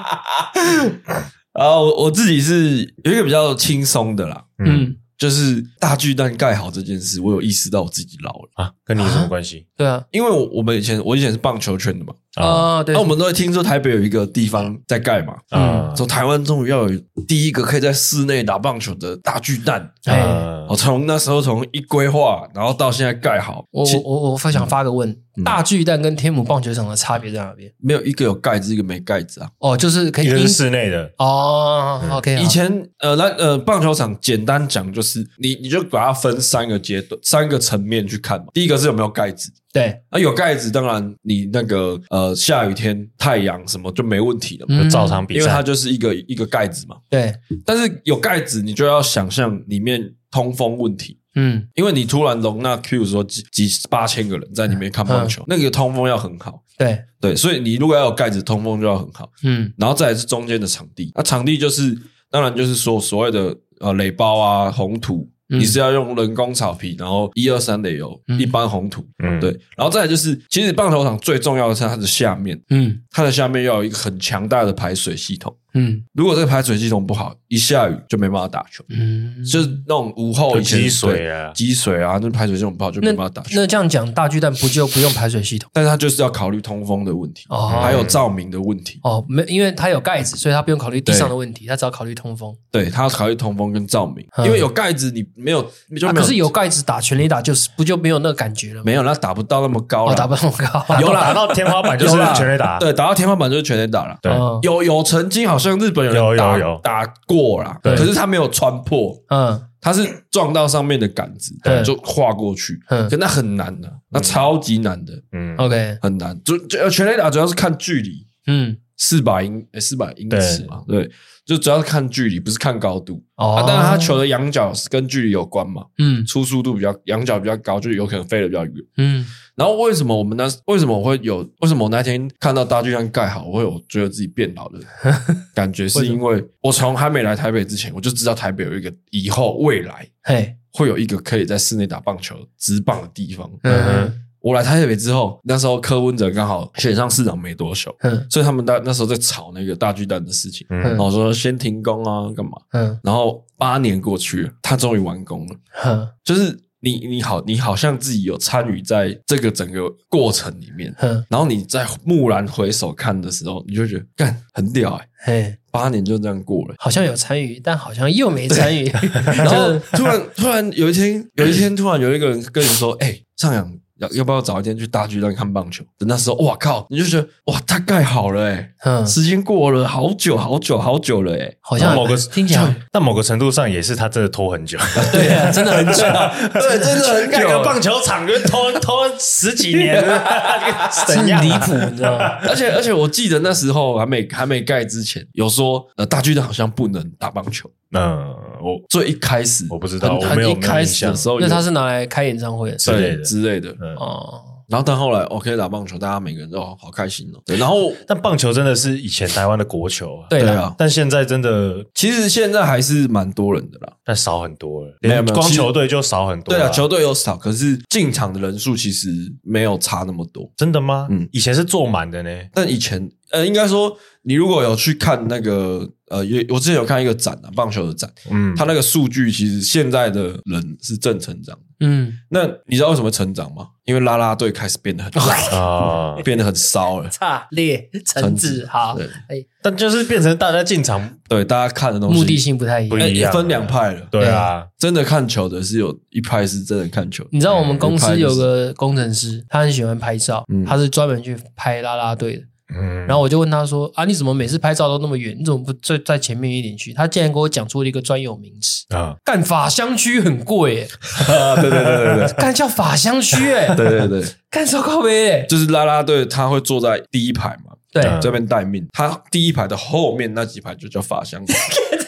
A: 我我自己是有一个比较轻松的啦，
C: 嗯，
A: 就是大巨蛋盖好这件事，我有意识到我自己老了，
B: 啊，跟你有什么关系
C: 对啊，
A: 因为我我们以前我以前是棒球圈的嘛，
B: 啊？
C: 啊，对
A: 那我，们都会听说台北有一个地方在盖嘛，
B: 啊
A: 说台湾终于要有第一个可以在室内打棒球的大巨蛋。
B: 啊
A: 我从那时候从一规划，然后到现在盖好，
C: 我
A: 其嗯
C: 我我我非想发个问，大巨蛋跟天母棒球场的差别在哪边？
A: 没有一个有盖子，一个没盖子啊。
C: 哦，就是可以
B: 一个
C: 因
B: 是室内的，
C: 哦，OK，好
A: 以前呃篮呃棒球场，简单讲就是你你就把它分三个阶段、三个层面去看嘛。第一个是有没有盖子，
C: 对，
A: 啊有盖子，当然你那个呃下雨天太阳什么就没问题了嘛，
C: 嗯
B: 就照常比
A: 因为它
B: 赛。
A: 就是一个一个盖子嘛。
C: 对，
A: 但是有盖子，你就要想象里面通风问题。
C: 嗯
A: 因为你突然容纳，譬如说几几八千个人在里面看棒
C: 嗯
A: 球，那个通风要很好，
C: 对，
A: 对，所以你如果要有盖子，通风就要很好。
C: 嗯
A: 然后再来是中间的场地，那、场地就是当然就是说所谓的呃垒包啊、红土，
C: 嗯
A: 你是要用人工草皮，然后一二三垒有、
C: 嗯
A: 一般红土，
B: 嗯
A: 对，然后再来就是其实棒球场最重要的是它的下面，
C: 嗯
A: 它的下面要有一个很强大的排水系统，
C: 嗯
A: 如果这个排水系统不好，一下雨就没办法打球，
C: 嗯，
A: 就是那种午后
B: 就
A: 以前
B: 积水
A: 对
B: 啊
A: 积水啊，那排水系统不好就没
C: 那
A: 办法打球。
C: 那这样讲，大巨蛋不就不用排水系统？
A: 但是它就是要考虑通风的问题，
C: 哦
A: 还有照明的问题，
C: 哦，没，因为它有盖子，所以它不用考虑地
A: 对
C: 上的问题，它只要考虑通风。
A: 对，它要考虑通风跟照明，
C: 嗯
A: 因为有盖子，你没有就
C: 啊
A: 没有，
C: 可是有盖子打全力打，就是不就没有那个感觉了吗？
A: 没有，那打不到那么高
C: 哦，
A: 了，
C: 打不那么高，
A: 有
B: 打
A: 啦，
B: 到天花板就
A: 有
B: 是
A: 啦
B: 全垒打，
A: 对，打到天花板就是全垒打了。
B: (laughs) 对
C: 嗯
A: 有有曾经好像日本人
B: 哦有有
A: 打
B: 有
A: 打过啦，
B: 对
A: 可是他没有穿破，
C: 嗯
A: 他是撞到上面的杆子，
C: 对
A: 就跨过去，
C: 嗯
A: 可那很难的，那超级难的，
B: 嗯，
C: ，OK，
A: 很难。就就全垒打主要是看距离，
C: 嗯，
A: 四百英四百英
B: 对
A: 尺嘛，对，就主要是看距离，不是看高度
C: 哦
A: 啊。当然，他球的仰角是跟距离有关嘛，
C: 嗯
A: 出速度比较仰角比较高，就有可能飞得比较远。
C: 嗯
A: 然后为什么我们那为什么我会有为什么我那天看到大巨蛋盖好，我会有觉得自己变老的感觉，是因为我从还没来台北之前，我就知道台北有一个以后未来
C: 嘿，
A: 会有一个可以在室内打棒球、直棒的地方。
C: 嗯
A: 我来台北之后，那时候柯文哲刚好选上市长没多久，
C: 嗯
A: 所以他们那那时候在吵那个大巨蛋的事情，
B: 嗯
A: 然后说先停工啊，干嘛？
C: 嗯
A: 然后八年过去了，他终于完工了。
C: 嗯
A: 就是你你好，你好像自己有参与在这个整个过程里面，
C: 嗯，
A: 然后你在蓦然回首看的时候，你就觉得干很屌哎、
C: 嘿，
A: 八年就这样过
C: (laughs)。
A: 了
C: 好像有参与，但好像又没参与，
A: 然
C: 然
A: 后突然突然有一天，有一天突然有一个人跟你说：“哎、上扬，要要不要早一天去大巨蛋看棒球？等那时候，哇靠，你就觉得哇，大概好了哎、
C: 嗯，
A: 时间过了好久好久好久了哎、
C: 好像
B: 那某个
C: 听起来
B: 但某个程度上也是他真的拖很久，
C: 对啊，真的很久，
A: 对， (laughs) 真的很
B: 盖个
A: 久。
B: 棒球 (laughs) 场就拖拖十几年，
C: 很 (laughs)
B: 怎样
C: 离
B: 啊？
C: 谱，你知
A: (laughs)
C: 道吗？
A: 而且而且，我记得那时候还没还没盖之前，有说呃大巨蛋好像不能打棒球，
B: (laughs) 嗯，我
A: 最一开始
B: 我不知道
A: 很
B: 我没有
A: 很一开始的时候有，
C: 那他是拿来开演唱会的
B: 之类
A: 对
B: 的
A: 之类的。
B: 嗯
C: 哦，
A: 然后但后来我可以打棒球，大家每个人都好好开心哦。对，然后
B: 但棒球真的是以前台湾的国球啊，
C: 对
A: 对
C: 了，
A: 啊，
B: 但现在真的
A: 其实现在还是蛮多人的啦。
B: 但少很多了，
A: 没有
B: 连
A: 没有
B: 光
A: 其实
B: 球队就少很多
A: 对
B: 了。
A: 啊，球队有少，可是进场的人数其实没有差那么多。
B: 真的吗？
A: 嗯
B: 以前是坐满的呢。
A: 但以前呃，应该说你如果有去看那个呃，也我之前有看一个展啊，棒球的展，
B: 嗯，
A: 它那个数据其实现在的人是正成长。
C: 嗯，
A: 那你知道为什么成长吗？因为啦啦队开始变
B: (laughs)
A: 得很
B: 啊，
A: 变得很骚
C: (laughs)
A: 了。
C: 差裂橙子好，
A: 对
C: 哎，
B: 但就是变成大家进场
A: 对，大家看的东西
C: 目的性不太一
B: 不
C: 样。
A: 哎
B: 一样
A: 分两派了。
B: 对啊，
A: 真的看球的是有一派是真的看球的，
C: 你知道我们公
A: 嗯
C: 司有个工程师，他很喜欢拍照
A: 嗯，
C: 他是专门去拍啦啦队的。
A: 啊
B: 嗯，
C: 然后我就问他说：“啊，你怎么每次拍照都那么远？你怎么不在在前面一点去？”他竟然给我讲出了一个专有名词，
B: 啊，
C: 干法香区很贵耶，
A: 啊 (laughs) 对对对对对
C: 干叫法香区
A: (laughs)
C: 哎，
A: 对对对，
C: 干烧靠杯耶，
A: 就是啦啦队他会坐在第一排嘛，
C: 对，
B: 嗯
A: 这边待命，他第一排的后面那几排就叫法香，
C: (laughs)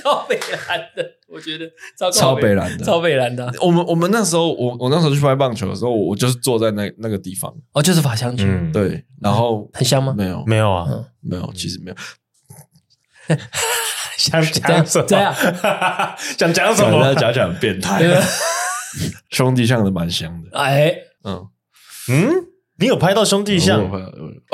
C: 超北蓝的，我觉得
A: (laughs)
C: 超
A: 超北蓝的
C: 超北蓝的，
A: 我们我们那时候，我我那时候去拍棒球的时候，我我就是坐在那那个地方，
C: 哦，就是法香区，
B: 嗯，，
A: 对，然后
C: 很香吗？
A: 没有
B: 没有啊，
C: 嗯
A: 没有，其实没有，
B: 想
C: 这样
B: 讲什么？
C: 这样啊
B: (laughs) 想讲什
A: 大
B: 么
A: 家？讲起来很变态
C: 对，吧？
A: 兄弟像的蛮香的，
C: 哎，
A: 嗯，
B: 嗯，你有拍到兄弟像
A: 我？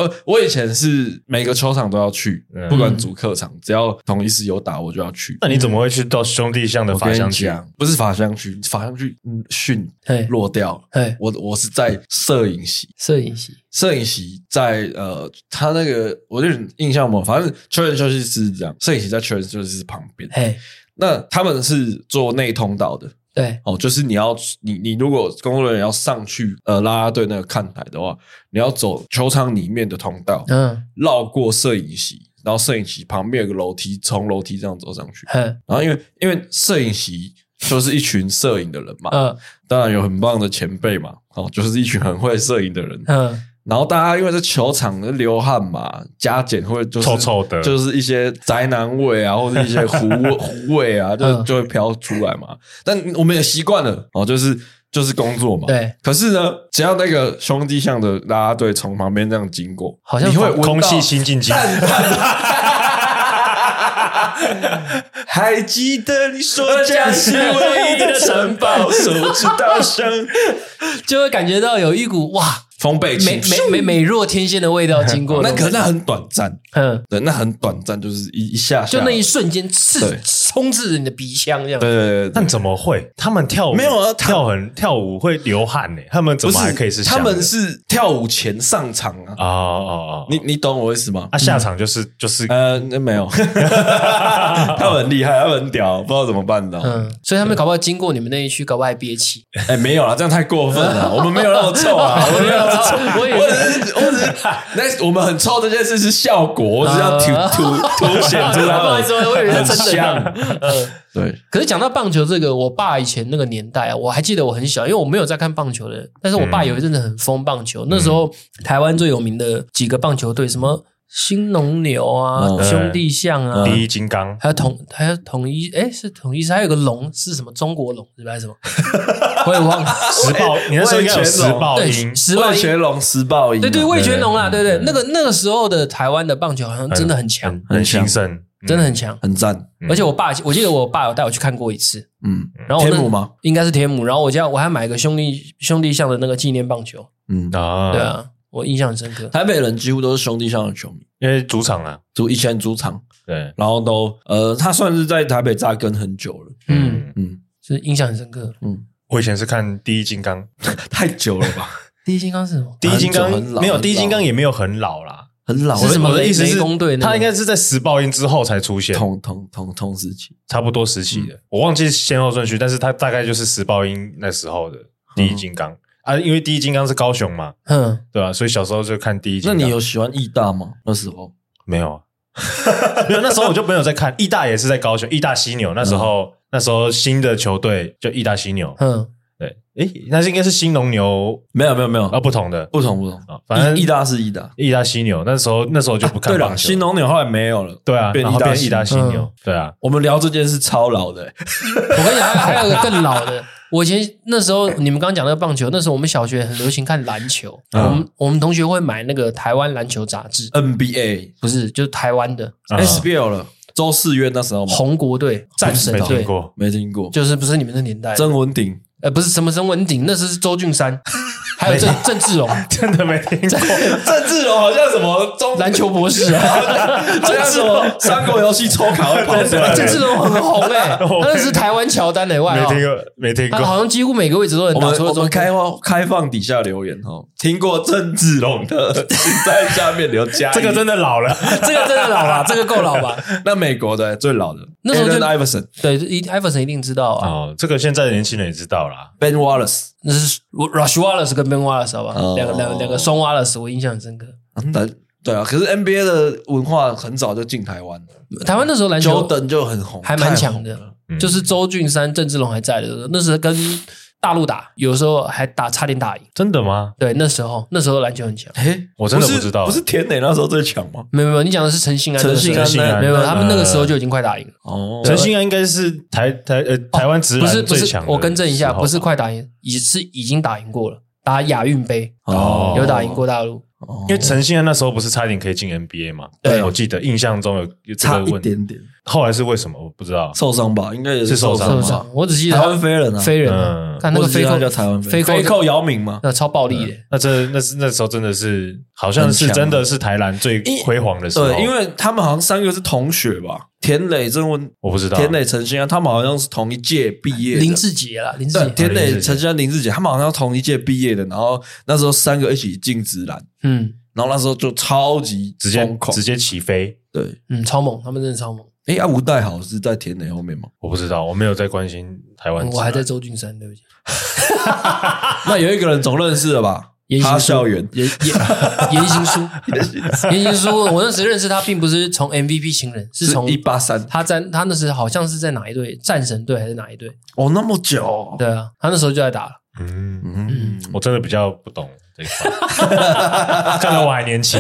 A: 呃，我以前是每个球场都要去，
B: 嗯
A: 不管主客场，只要同一时有打，我就要去。
B: 那你怎么会去到兄弟像的
A: 我
B: 法
A: 跟
B: 香
A: 你
B: 区？
A: 讲，不是法香区，法香区嗯训
C: 嘿
A: 落掉了，
C: 哎，
A: 我我是在摄影席，
C: 摄影系，
A: 摄影席在呃，他那个我有点印象嘛，反正球员休息室是这样，摄影席在球员休息室旁边。
C: 嘿，
A: 那他们是做内通道的
C: 对，
A: 哦，就是你要你你如果工作人员要上去呃啦啦队那个看台的话，你要走球场里面的通道，
C: 嗯，
A: 绕过摄影席，然后摄影席旁边有个楼梯，从楼梯这样走上去。
C: 哼，
A: 然后因为因为摄影席就是一群摄影的人嘛，
C: 嗯，
A: 当然有很棒的前辈嘛，哦，就是一群很会摄影的人。
C: 嗯，
A: 然后大家因为在球场流汗嘛，加减会就是
B: 臭臭的
A: 就是一些宅男味啊，或者一些
C: (laughs)
A: 狐狐味啊，就
C: 嗯
A: 就会飘出来嘛。但我们也习惯了哦，就是就是工作嘛。。
C: 对，
A: 可是呢，只要那个兄弟像的啦啦队从旁边这样经过，
C: 好像
A: 你会
C: 反
A: 闻
B: 空
A: 到
B: 气新进京，
A: (laughs) 还记得你说家是唯一的城堡，手指稻香，
C: (laughs) 就会感觉到有一股哇，
A: 风背
C: 美
A: 起
C: 美美美若天仙的味道经过了，
A: 那可是那很短暂，
C: 嗯，
A: 对，那很短暂，就是一一下下，
C: 就那一瞬间刺
A: 对
C: 冲至你的鼻腔这样，
A: 对对对对，
B: 但怎么会？他们跳舞
A: 没有啊他
B: 跳很跳舞会流汗呢，他们怎
A: 不
B: 么还可以是香
A: 他
B: 的？
A: 们是跳舞前上场啊，
B: 哦哦哦，
A: 你你懂我意思吗
B: 啊？下场就是就是
A: 呃，那没有， (laughs) 他们很厉害，他们很屌，不知道怎么办的。
C: 嗯，所以他们搞不好经过你们那一区，搞不好还憋气。
A: 哎，没有啦，这样太过分了，我们没有那么臭啊， (laughs) 我们没有那么臭。
C: 我以
A: 我
C: 为
A: 只是，我只是， (laughs) 那我们很臭这件事是效果，我只是要突
C: 啊
A: 突凸显出他
C: 不好意
A: 们
C: 思我以为是
A: 很
C: 真的
A: 像。
C: 嗯，
A: 对，
C: 可是讲到棒球这个，我爸以前那个年代啊，我还记得我很小，因为我没有在看棒球的，但是我爸有一阵子很疯棒球。那时
A: 嗯
C: 候台湾最有名的几个棒球队，什么新农牛啊、
A: 嗯
C: 兄弟象啊，
B: 第一金刚，
C: 还有统还有统一，哎，是统一是还有个龙是什么中国龙是吧？还是什么？ (laughs) 我
A: (laughs)
C: 也忘了。
B: 时报，你那时候应该有时报
C: 对，
B: 音，
C: 十万
A: 魏
C: 英
A: 学龙十报音啊，
C: 对对，魏全龙啦，
B: 嗯
C: 对对
B: 嗯，
C: 那个那个时候的台湾的棒球好像真的很强
B: 很，很兴盛，嗯
C: 真的很强。
A: 很赞。
B: 嗯
C: 而且我爸，我记得我爸有带我去看过一次，
A: 嗯，
C: 然后我那
A: 天母吗？
C: 应该是天母，然后我家我还买个兄弟兄弟像的那个纪念棒球，
A: 嗯，
B: 啊，
C: 对，啊，我印象很深刻。
A: 台北人几乎都是兄弟象的球迷，
B: 因为主场啊，
A: 主以前主场，
B: 对，
A: 然后都呃，他算是在台北扎根很久了。
C: 嗯，
A: 嗯，
C: 就是印象很深刻。
B: 我以前是看第一金刚，
A: 太久了
C: (laughs)
A: 吧？
C: 第一金刚是什么？
B: 第一金刚
A: 很老
B: 没有，
A: 很老
B: 第一金刚也没有很老啦。
A: 很老
C: 是
A: 了
C: 什么
B: 我的
C: 雷
B: 意思是
C: 雷公队那个
B: 他应该是在时报音之后才出现，
A: 同嗯同同同时期。
B: 差不多
A: 嗯
B: 时期的，我忘记先后顺序，但是他大概就是时报音那时候的第一金刚。啊，因为第一金刚是高雄嘛，
C: 嗯，
B: 对吧、所以小时候就看第一金
A: 那
B: 刚。
A: 你有喜欢义大吗？那时候
B: 没有啊？ (laughs) 没有，那时候我就没有在看。义大也是在高雄，义大犀牛那时
A: 嗯
B: 候、那时候新的球队就义大犀牛，
C: 嗯，
B: 对，诶，那是应该是新农牛
A: 没有没有没有，
B: 啊，不同的
A: 不同不同，
B: 啊，反正
A: 义义大是义大，
B: 义大犀牛那时候那时候就不看
A: 啊对
B: 棒
A: 了，
B: 球
A: 新，农牛后来没有了。
B: 对啊，
A: 变
B: 然后
A: 义大
B: 变
A: 犀
B: 义大犀
C: 牛
B: 牛，对啊，
A: 我们聊这件事超老的、欸，
C: 我跟你讲，还还有个更老的。 (laughs) 我以前那时候，你们刚刚讲那个棒球，那时候我们小学很流行看篮球，
B: 嗯
C: 我们我们同学会买那个台湾篮球杂
B: 啊
C: 志，
A: 嗯 NBA、
C: 不是就是台湾的
A: 啊
B: 嗯
A: SBL 了，周四月那时候吗
C: 红国队哎战神哦
B: 没听
C: 队，
B: 过，
A: 没听过，
C: 就是不是你们的年代，
A: 曾文鼎
C: 呃，不是什么曾文鼎，那时候是周俊山， (laughs) 还有郑郑志荣，
B: 真的没听过。
A: 郑志荣好像什么中
C: 篮球博士啊，
A: 好像什么三国游戏抽卡会 (laughs) 跑出
C: (laughs)
A: 来，
C: 郑志荣很红
B: (laughs)
C: 哎、欸，
B: 我
C: 他那是台湾乔丹的外
B: 没
C: 号，
B: 听过，没听
C: 哦啊他好
B: 过。
C: 像几乎每个位置都
A: 我
C: 能打
A: 们
C: 出了
A: 我
C: 中
A: 们
C: (laughs)
A: 开放开放底下留言哦，听过郑志龙的，请在下面留加一。
B: 这个真的老了，
C: 这个真的老 (laughs) 了，这个够老吧？
A: 那美国的最老的，
C: 那时候就
A: Allen Iverson、
C: 对，一 Iverson 一定知道啊，
B: (laughs) 哦，这个现在的年轻人也知道啦。
A: Ben Wallace，
C: 那是 Rush Wallace 跟 Ben Wallace 好吧
A: 哦，
C: 两个两个两个双 Wallace 我印象很深刻。
A: 但对啊，可是 NBA 的文化很早就进台湾了
C: 台湾那时候篮球
A: ，Jordan 就很红，
C: 还蛮
A: 太
C: 强
A: 红
C: 的
A: 了。，
B: 嗯
C: 就是周俊山、郑志龙还在的时候，那时候跟大陆打，有时候还打差点打赢。
B: 真的吗？
C: 对，那时候那时候篮球很强。
A: 哎，
B: 我真的
A: 不是
B: 不知道
A: 不是田磊那时候最强吗？
C: 没有没有，你讲的是陈信安
A: 陈
C: 那个时
A: 信
C: 候，
A: 安
B: 陈信安
C: 没有没有，他们那个时候
B: 呃
C: 就已经快打赢了。
A: 哦
B: 陈信安应该是台台呃台湾直
C: 哦不
B: 男
C: 是不
B: 最
C: 是
B: 强，的
C: 我更正一
B: 时
C: 下，
B: 候
C: 不是快打赢，已是已经打赢过了，打亚运杯
B: 哦
C: 有打赢，过大陆。
A: 哦
B: 因为陈信安那时候不是差点可以进 NBA 嘛？
C: 对
B: 我记得印象中有有这
A: 差
B: 个
A: 一
B: 问题，
A: 点点
B: 后来是为什么我不知道。
A: 受伤吧，应该也
B: 是受
A: 受
B: 伤
A: 伤
C: 是不
A: 吧
C: 是？我只记得
A: 台湾
C: 他
A: 飞人啊，
C: 飞人啊，
B: 嗯，
C: 看那个
A: 我只
C: 飞
A: 知道
C: 扣
A: 叫台湾
C: 飞
A: 飞
C: 扣
A: 飞扣姚明嘛，
C: 那超暴力的。
B: 那真那是那时候真的是好像是
A: 很强啊
B: 真的是台南最
A: 因
B: 辉煌的时候，
A: 对，因为他们好像三个是同学吧，田磊、郑文、
B: 我不知道
A: 田磊、陈星安，他们好像是同一届毕业的。
C: 林志杰啦，林志
A: 对，
C: 杰，
A: 田
B: 啊林
A: 磊、
B: 志杰
A: 陈星安、林志杰，他们好像同一届毕业的。然后那时候三个一起进直男，
C: 嗯
A: 然后那时候就超级
B: 直接
A: 疯狂
B: 直。接起飞，
A: 对，
C: 嗯，超猛，他们真的超猛。
A: 哎，啊，吴代豪是在田磊后面吗？
B: 我不知道，我没有在关心台湾直男，
C: 我还在周俊山，对不起。
A: (laughs) 那有一个人总认识了吧
C: 言？行
A: 哈
C: 书
A: 校园，
C: 言 (laughs) 言言行
B: (laughs)
C: 书，言行书，我那时认识他，并不是从 MVP 情人，是从
A: 一八三，
C: 他在他那时好像是在哪一队战神队还是哪一队？
A: 哦，那么久哦，
C: 对啊，他那时候就在打了。
B: (laughs) 嗯，
A: 嗯，
B: 我真的比较不懂这一块，
C: (laughs)
B: 看来我还年轻，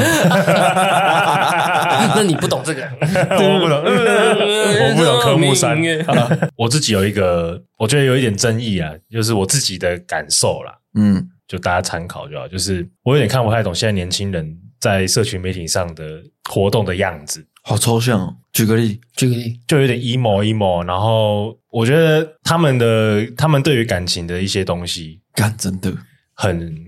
C: 那你不懂这个，
B: 我
C: (laughs)
B: 不懂， (laughs) 我不懂科目三
C: 明月。
B: 我自己有一个，我觉得有一点争议啊，就是我自己的感受啦，
A: 嗯，
B: 就大家参考就好。就是我有点看不太懂现在年轻人在社群媒体上的活动的样子，
A: 好抽象哦。举个例，
C: 举个例，
B: 就有点 emo emo。然后我觉得他们的他们对于感情的一些东西
A: 干真的，
B: 很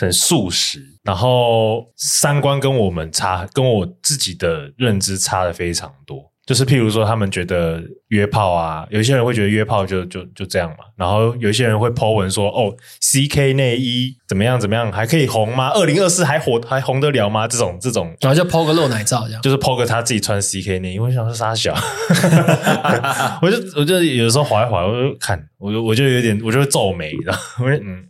B: 很速食，然后三观跟我们差，跟我自己的认知差的非常多。就是譬如说，他们觉得约炮啊，有一些人会觉得约炮就就就这样嘛，然后有一些人会 Po 文说，哦，CK 内衣怎么样怎么样，还可以红吗？二零二四还火还红得了吗？这种这种
C: 然后就抛个露奶照这样。
B: 就是 PO 个他自己穿 CK 内衣，我想说
A: (laughs)
B: 傻小， (laughs) 我就我就有时候滑一滑，我就看，我就我就有点，我就会皱眉，然后我就嗯，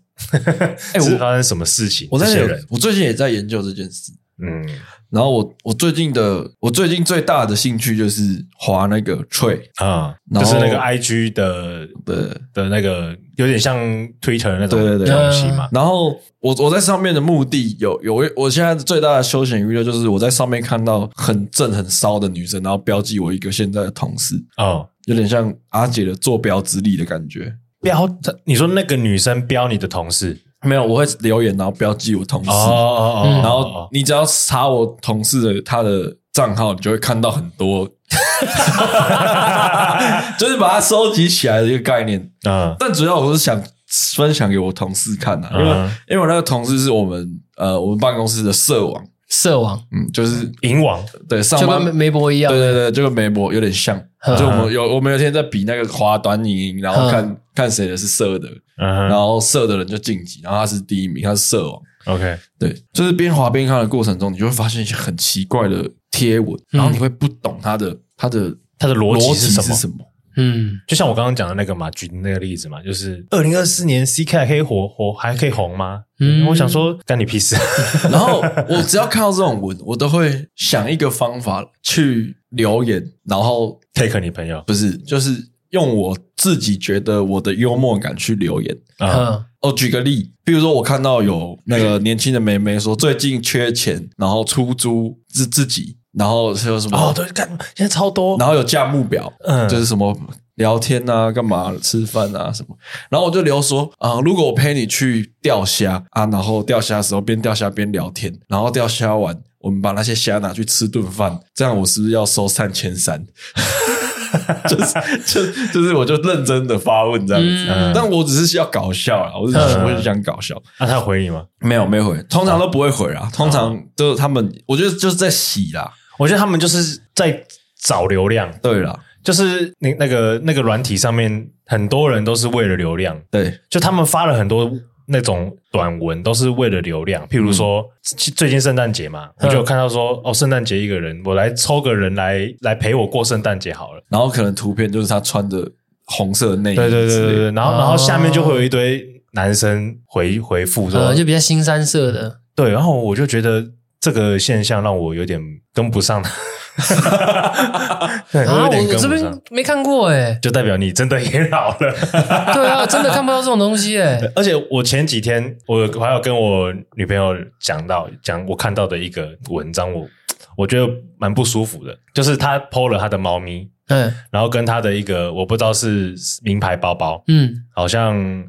B: 哎、
A: 我
B: (laughs) 是发生什么事情？
A: 我在
B: 这些
A: 有
B: 人，，
A: 我最近也在研究这件事。
B: 嗯，
A: 然后我我最近的我最近最大的兴趣就是滑那个 Tree
B: 啊、
A: 然
B: 就
A: 后
B: 是那个 IG 的
A: 的，
B: 的那个，有点像 Twitter 那种
A: 对对对
B: 东西嘛，
A: 然后我我在上面的目的有有一我现在最大的休闲娱乐就是我在上面看到很正很骚的女生，然后标记我一个现在的同事，
B: 哦。
A: 有点像阿姐的坐标之力的感觉。
B: 标，你说那个女生标你的同事
A: 没有，我会留言然后标记我同事，
B: 哦
C: 嗯
A: 然后你只要查我同事的他的账号，你就会看到很多， (laughs) 就是把它收集起来的一个概念。
B: 嗯
A: 但主要我是想分享给我同事看啊，因为、
B: 嗯
A: 因为我那个同事是我们呃我们办公室的社网，
C: 色王
A: 嗯，就是
B: 银王
A: 对上
C: 就
A: 班
C: 跟梅梅博一样
A: 对，对对，就跟梅博有点像，
C: 嗯
A: 就我们有我们有一天在比那个滑短影音，然后看、看谁的是射的，
B: 嗯
A: 然
B: 哼
A: 后射的人就晋级，然后他是第一名，他是射网。
B: ，OK，
A: 对，就是边滑边看的过程中，你就会发现一些很奇怪的贴文，然后你会不懂它的它的
B: 嗯它的逻辑
A: 逻
B: 是什么
A: 什么。
C: 嗯，
B: 就像我刚刚讲的那个嘛，举的那个例子嘛，就是二零二四年 C K 还可以火火还可以红吗？
C: 嗯
B: 嗯，我想说干你屁事， (laughs)
A: 然后我只要看到这种文，我都会想一个方法去留言，然后
B: take 你朋友
A: 不是就是用我自己觉得我的幽默感去留言。
B: 啊，
C: 嗯
A: 哦，举个例，比如说我看到有那个年轻的妹妹说最近缺钱，然后出租自自己，然后是有什么
B: 哦对，干现在超多，
A: 然后有价目表，
B: 嗯
A: 就是什么聊天啊、干嘛、吃饭啊什么。然后我就留说啊、如果我陪你去钓虾啊，然后钓虾的时候边钓虾边聊天，然后钓虾完，我们把那些虾拿去吃顿饭，这样我是不是要收三千三？ (laughs) 就是就就是，我就认真的发问这样子，
C: 嗯
A: 但我只是要搞笑啦，我只是
C: 嗯
A: 我是想搞笑，
B: 那他有回你吗？
A: 没有没回，通常都不会回啦，通常就是他们，我觉得就是在洗啦，
B: 我觉得他们就是在找流量，
A: 对啦，
B: 就是那那个那个软体上面，很多人都是为了流量，
A: 对，
B: 就他们发了很多那种短文，都是为了流量。譬如说，最最近圣诞节嘛，我就有看到说，哦，圣诞节一个人，我来抽个人来来陪我过圣诞节好了。
A: 然后可能图片就是他穿着红色的内衣，
B: 对对对对，对，然后
C: 哦
B: 然后下面就会有一堆男生回回复说，
C: 呃，就比较新三色的，
B: 对，然后我就觉得这个现象让我有点跟不
C: (laughs)
B: 上，对，我
C: 啊，
B: 有
C: 我
B: 点
C: 我
B: 跟
C: 这
B: 不
C: 边
B: 上。
C: 没看过
B: (laughs)
C: 哎，
B: 就代表你真的也老了， (laughs)
C: 对啊，真的看不到这种东西哎，
B: 而且我前几天我我还有跟我女朋友讲到讲我看到的一个文章，我我觉得蛮不舒服的，就是她 PO 了她的猫咪，
C: 嗯
B: 然后跟她的一个我不知道是名牌包包，
C: 嗯
B: 好像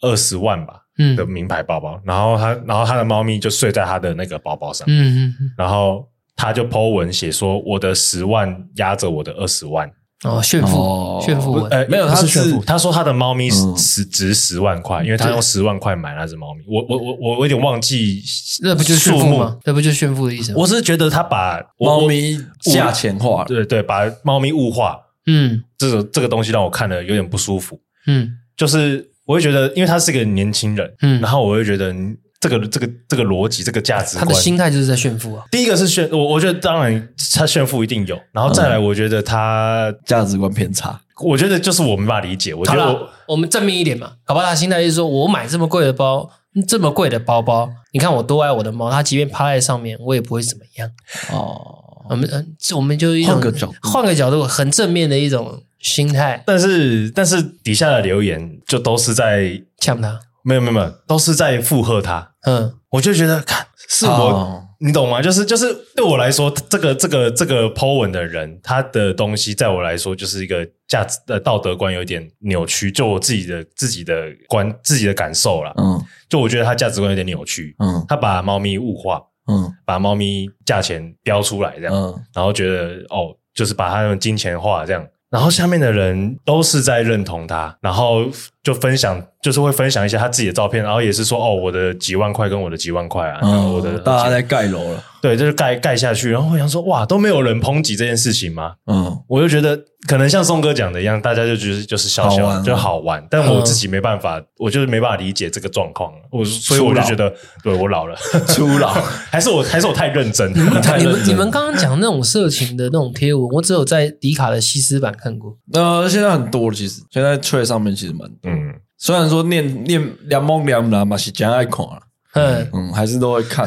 B: 二十万吧
C: 嗯
B: 的名牌包包，然后她然后她的猫咪就睡在她的那个包包上，
C: 嗯嗯，
B: 然后她就 PO 文写说我的十万压着我的二十万，
C: 哦，炫富
A: 哦
C: 炫富文，
B: 呃，
A: 没有
B: 不
A: 他
B: 是
A: 是
B: 炫富。他说他的猫咪
A: 嗯
B: 十值十万块，因为他
C: 对
B: 用十万块买那只猫咪。我我我我我有点忘记
C: 那不就是炫
B: 数
C: 富
B: 目
C: 吗？？那不就是炫富的意思吗？
B: 我只是觉得他把我
A: 猫咪价钱化
B: 我
A: 了，
B: 对对，把猫咪物化，
C: 嗯
B: 这个这个东西让我看了有点不舒服。
C: 嗯
B: 就是我会觉得，因为他是个年轻人，
C: 嗯
B: 然后我会觉得嗯这个这个这个逻辑，这个价值
C: 他
B: 观，
C: 的心态就是在炫富啊，
B: 第一个是炫，我我觉得当然他炫富一定有，然后再来，我觉得他，
A: 价值观偏差。
B: 我觉得就是我没办法理解，我觉
C: 好
B: 得
C: 啦
B: 我，
C: 我们正面一点嘛，搞不好他心态就是说我买这么贵的包，这么贵的包包，你看我多爱我的猫，它即便趴在上面，我也不会怎么样。
A: 哦，
C: 我们嗯，这我们就一种
A: 换个角度
C: 换个角度，很正面的一种心态，
B: 但是但是底下的留言就都是在
C: 呛他。
B: 没有没有没有，都是在附和他。
C: 嗯，
B: 我就觉得，看是我，
A: 哦
B: 你懂吗？就是就是对我来说，这个这个这个 Po 文的人，他的东西在我来说就是一个价值的道德观有点扭曲，就我自己的自己的观自己的感受啦。
A: 嗯
B: 就我觉得他价值观有点扭曲，
A: 嗯
B: 他把猫咪物化，
A: 嗯
B: 把猫咪价钱标出来这样。
A: 嗯，
B: 然后觉得哦，就是把他们金钱化这样。然后下面的人都是在认同他，然后就分享，就是会分享一些他自己的照片，然后也是说哦，我的几万块跟我的几万块啊，然后我的
A: 嗯大家在盖楼了，
B: 对，就是盖盖下去。然后我想说，哇，都没有人抨击这件事情吗？
A: 嗯，
B: 我就觉得可能像宋哥讲的一样，大家就觉得就是笑
A: 好
B: 笑
A: 玩
B: 就好玩，但我自己没办法，我就是没办法理解这个状况，我所以我就觉得，对我老了，
A: 初老，
B: (laughs) 还是我还是我太认真，太
C: 你
B: 认
C: 们
B: 真
C: 你们刚刚讲那种色情的那种贴文，我只有在迪卡的西斯版看过。
A: 呃，现在很多了，其实现在 t r 上面其实蛮多，
B: 嗯。
A: 虽然说念念两蒙两啦嘛是真爱看啦，
C: 嗯
A: 嗯，还是都会
B: (laughs)
A: 看，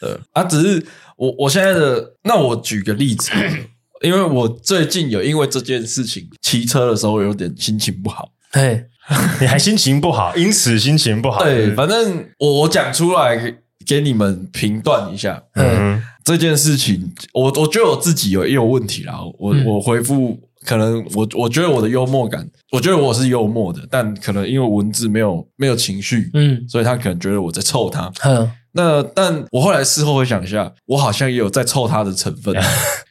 A: 对啊，只是我我现在的，那我举个例子，因为我最近有因为这件事情骑车的时候有点心情不好。
C: 嘿，
B: 你还心情不好，因此心情不好。
A: 对，反正我我讲出来给给你们评断一下
C: 嗯
B: 嗯，
A: 这件事情，我我觉得我自己有也有问题啦。我、
C: 嗯
A: 我回复可能我我觉得我的幽默感，我觉得我是幽默的，但可能因为文字没有没有情绪，
C: 嗯
A: 所以他可能觉得我在臭他。
C: 哼
A: 那但我后来事后回想一下，我好像也有在臭他的成
C: (laughs)
A: 分。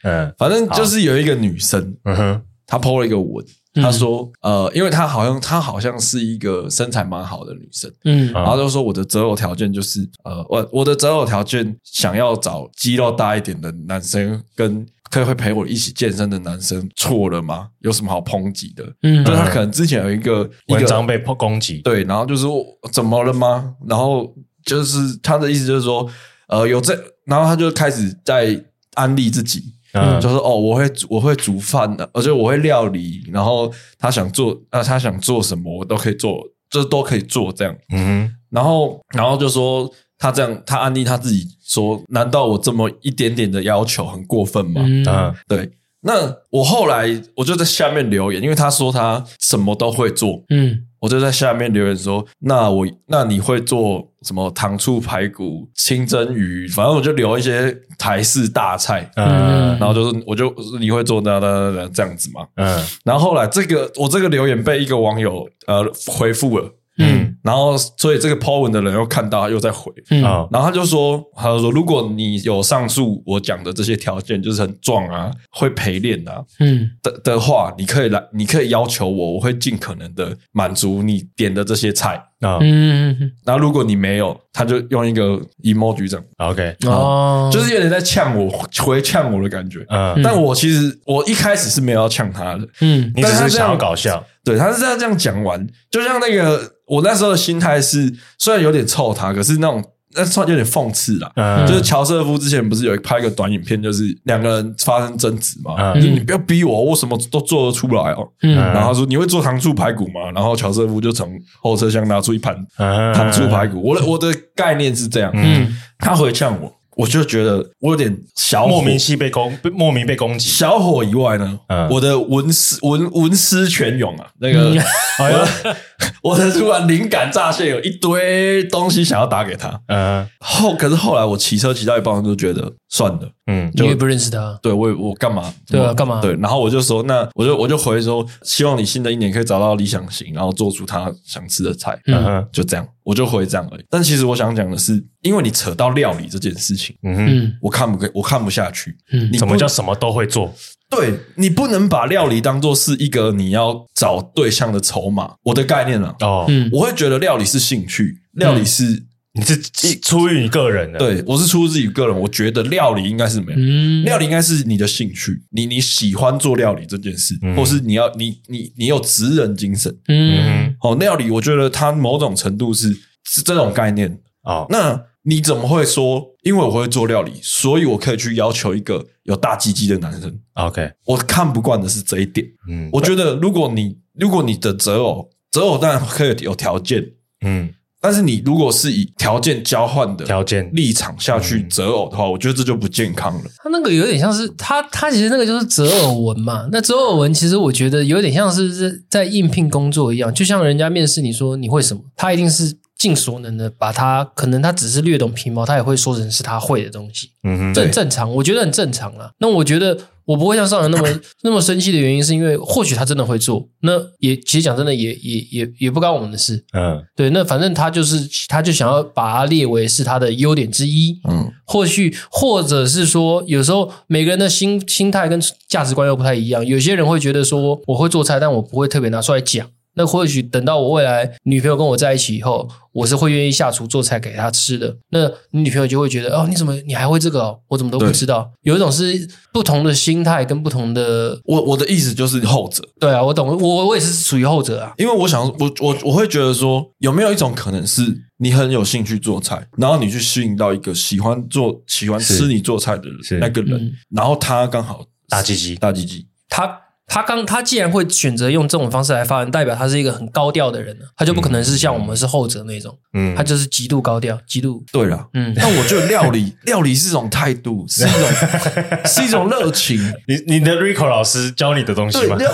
B: 嗯
A: 反正就是有一个女生，
B: 嗯哼，
A: 她 PO 了一个文，
C: 嗯
A: 她说、呃，因为她好像她好像是一个身材蛮好的女生。
C: 嗯
B: 啊
A: 然后就说我的择偶条件就是，呃，我我的择偶条件想要找肌肉大一点的男生，跟可以会陪我一起健身的男生，错了吗？有什么好抨击的？
C: 嗯
A: 就，他可能之前有一个一
B: 嗯文章
A: 个
B: 被攻击，
A: 对，然后就是我怎么了吗？然后就是他的意思就是说，呃，有这，然后他就开始在安利自己，
B: 嗯
A: 就是哦，我会煮我会煮饭的，而且我会料理，然后他想做，那、他想做什么我都可以做，就是都可以做这样。
B: 嗯
A: 然后，然后就说他这样，他安利他自己说，难道我这么一点点的要求很过分吗？
B: 哼
C: 嗯
B: 嗯
A: 对。那我后来我就在下面留言，因为他说他什么都会做，
C: 嗯
A: 我就在下面留言说：“那我那你会做什么糖醋排骨、清蒸鱼？反正我就留一些台式大菜。
B: 嗯
C: 嗯
A: 然后就是我就你会做那那那那这样子嘛。
B: 嗯
A: 然后后来这个我这个留言被一个网友呃回复了，
C: 嗯
A: 然后所以这个 po 文的人又看到又在回，
C: 嗯
B: 哦
A: 然后他就说，他就说，如果你有上述我讲的这些条件，就是很壮啊，会陪练啊
C: 嗯
A: 的的话，你可以来，你可以要求我，我会尽可能的满足你点的这些菜。
B: 啊
C: 嗯
A: 然后如果你没有，他就用一个 emoji 这样，
B: ，OK，
C: 哦，
A: 就是有点在呛我，回呛我的感觉。
B: 嗯，
A: 但我其实我一开始是没有要呛他的，
C: 嗯
B: 你只是想要搞笑，
A: 对，他是这样这样讲完，就像那个我那时候的心态是，虽然有点臭他，可是那种那算有点讽刺啦，
B: 嗯
A: 就是乔瑟夫之前不是有拍一个短影片，就是两个人发生争执嘛，
B: 嗯
A: 就是你不要逼我，我什么都做得出来哦。
C: 嗯
A: 然后他说你会做糖醋排骨吗？然后乔瑟夫就从后车厢拿出一盘糖
B: 糖
A: 醋排骨。我的我的概念是这样，
C: 嗯
A: 他回呛我，我就觉得我有点小火
B: 莫名其被攻，被莫名被攻击，
A: 小火以外呢，
B: 嗯
A: 我的文思文文思泉涌啊，那个 (laughs)
C: 嗯
A: 我的我的突然灵感乍现，有一堆东西想要打给他。
B: 嗯
A: 后可是后来我骑车骑到一半，我就觉得算了。
B: 嗯
C: 你也不认识他，
A: 对我也我干嘛？
C: 对啊
A: 我
C: 干嘛
A: 对，然后我就说，那我就我就回说，希望你新的一年可以找到理想型，然后做出他想吃的菜，
C: 嗯
B: 嗯
A: 就这样，我就回这样而已。但其实我想讲的是，因为你扯到料理这件事情，
B: 嗯，
C: 嗯
A: 我看不我看不下去。
C: 嗯
A: 你
B: 怎么
A: 不
B: 叫什么都会做？
A: 对你不能把料理当做是一个你要找对象的筹码。我的概念啊，
B: 哦，
C: 嗯
A: 我会觉得料理是兴趣，料理是、
B: 你是出于你个人的，
A: 对我是出自于个人，我觉得料理应该是没有。
C: 嗯
A: 料理应该是你的兴趣，你你喜欢做料理这件事，
B: 嗯
A: 或是你要你你你有职人精神。
C: 嗯
B: 嗯，
A: 哦，料理我觉得它某种程度是是这种概念。
B: 哦，
A: 那你怎么会说？因为我会做料理，所以我可以去要求一个有大鸡鸡的男生。
B: OK，
A: 我看不惯的是这一点。
B: 嗯，
A: 我觉得如果你如果你的择偶择偶当然可以有条件，
B: 嗯
A: 但是你如果是以条件交换的
B: 条件
A: 立场下去
B: 嗯
A: 择偶的话，我觉得这就不健康了。
C: 他那个有点像是他，他其实那个就是择偶文嘛。那择偶文其实我觉得有点像是在应聘工作一样，就像人家面试你说你会什么，他一定是尽所能的把他，可能他只是略懂皮毛，他也会说成是他会的东西，
B: 嗯
C: 这
B: 哼
C: 很正常，我觉得很正常啊。那我觉得我不会像上人那么那么生气的原因，是因为或许他真的会做，那也其实讲真的也也也也不干我们的事。
B: 嗯
C: 对，那反正他就是，他就想要把它列为是他的优点之一。
A: 嗯，
C: 或许或者是说，有时候每个人的心心态跟价值观又不太一样。有些人会觉得说，我会做菜，但我不会特别拿出来讲。那或许等到我未来女朋友跟我在一起以后，我是会愿意下厨做菜给她吃的。那你女朋友就会觉得，哦，你怎么你还会这个、哦？我怎么都不
A: 对
C: 知道。有一种是不同的心态跟不同的，
A: 我我的意思就是后者，
C: 对啊，我懂，我我也是属于后者啊。
A: 因为我想我我我会觉得说，有没有一种可能是你很有兴趣做菜，然后你去吸引到一个喜欢做喜欢
B: 是
A: 吃你做菜的
B: 是
A: 人那个人
C: 嗯，
A: 然后他刚好
B: 大鸡鸡
A: 大鸡鸡，
C: 他他刚他既然会选择用这种方式来发言，代表他是一个很高调的人啊了，他就不可能是像我们是后者那种，
B: 嗯
C: 他就是极度高调，极度
A: 对了。
C: 嗯
A: 但我觉得料
B: (laughs)
A: 理，料理是一种态度，是一种是一种热情。
B: 你你的 Rico 老师教你的东西
A: 对，
B: 吗？
A: 料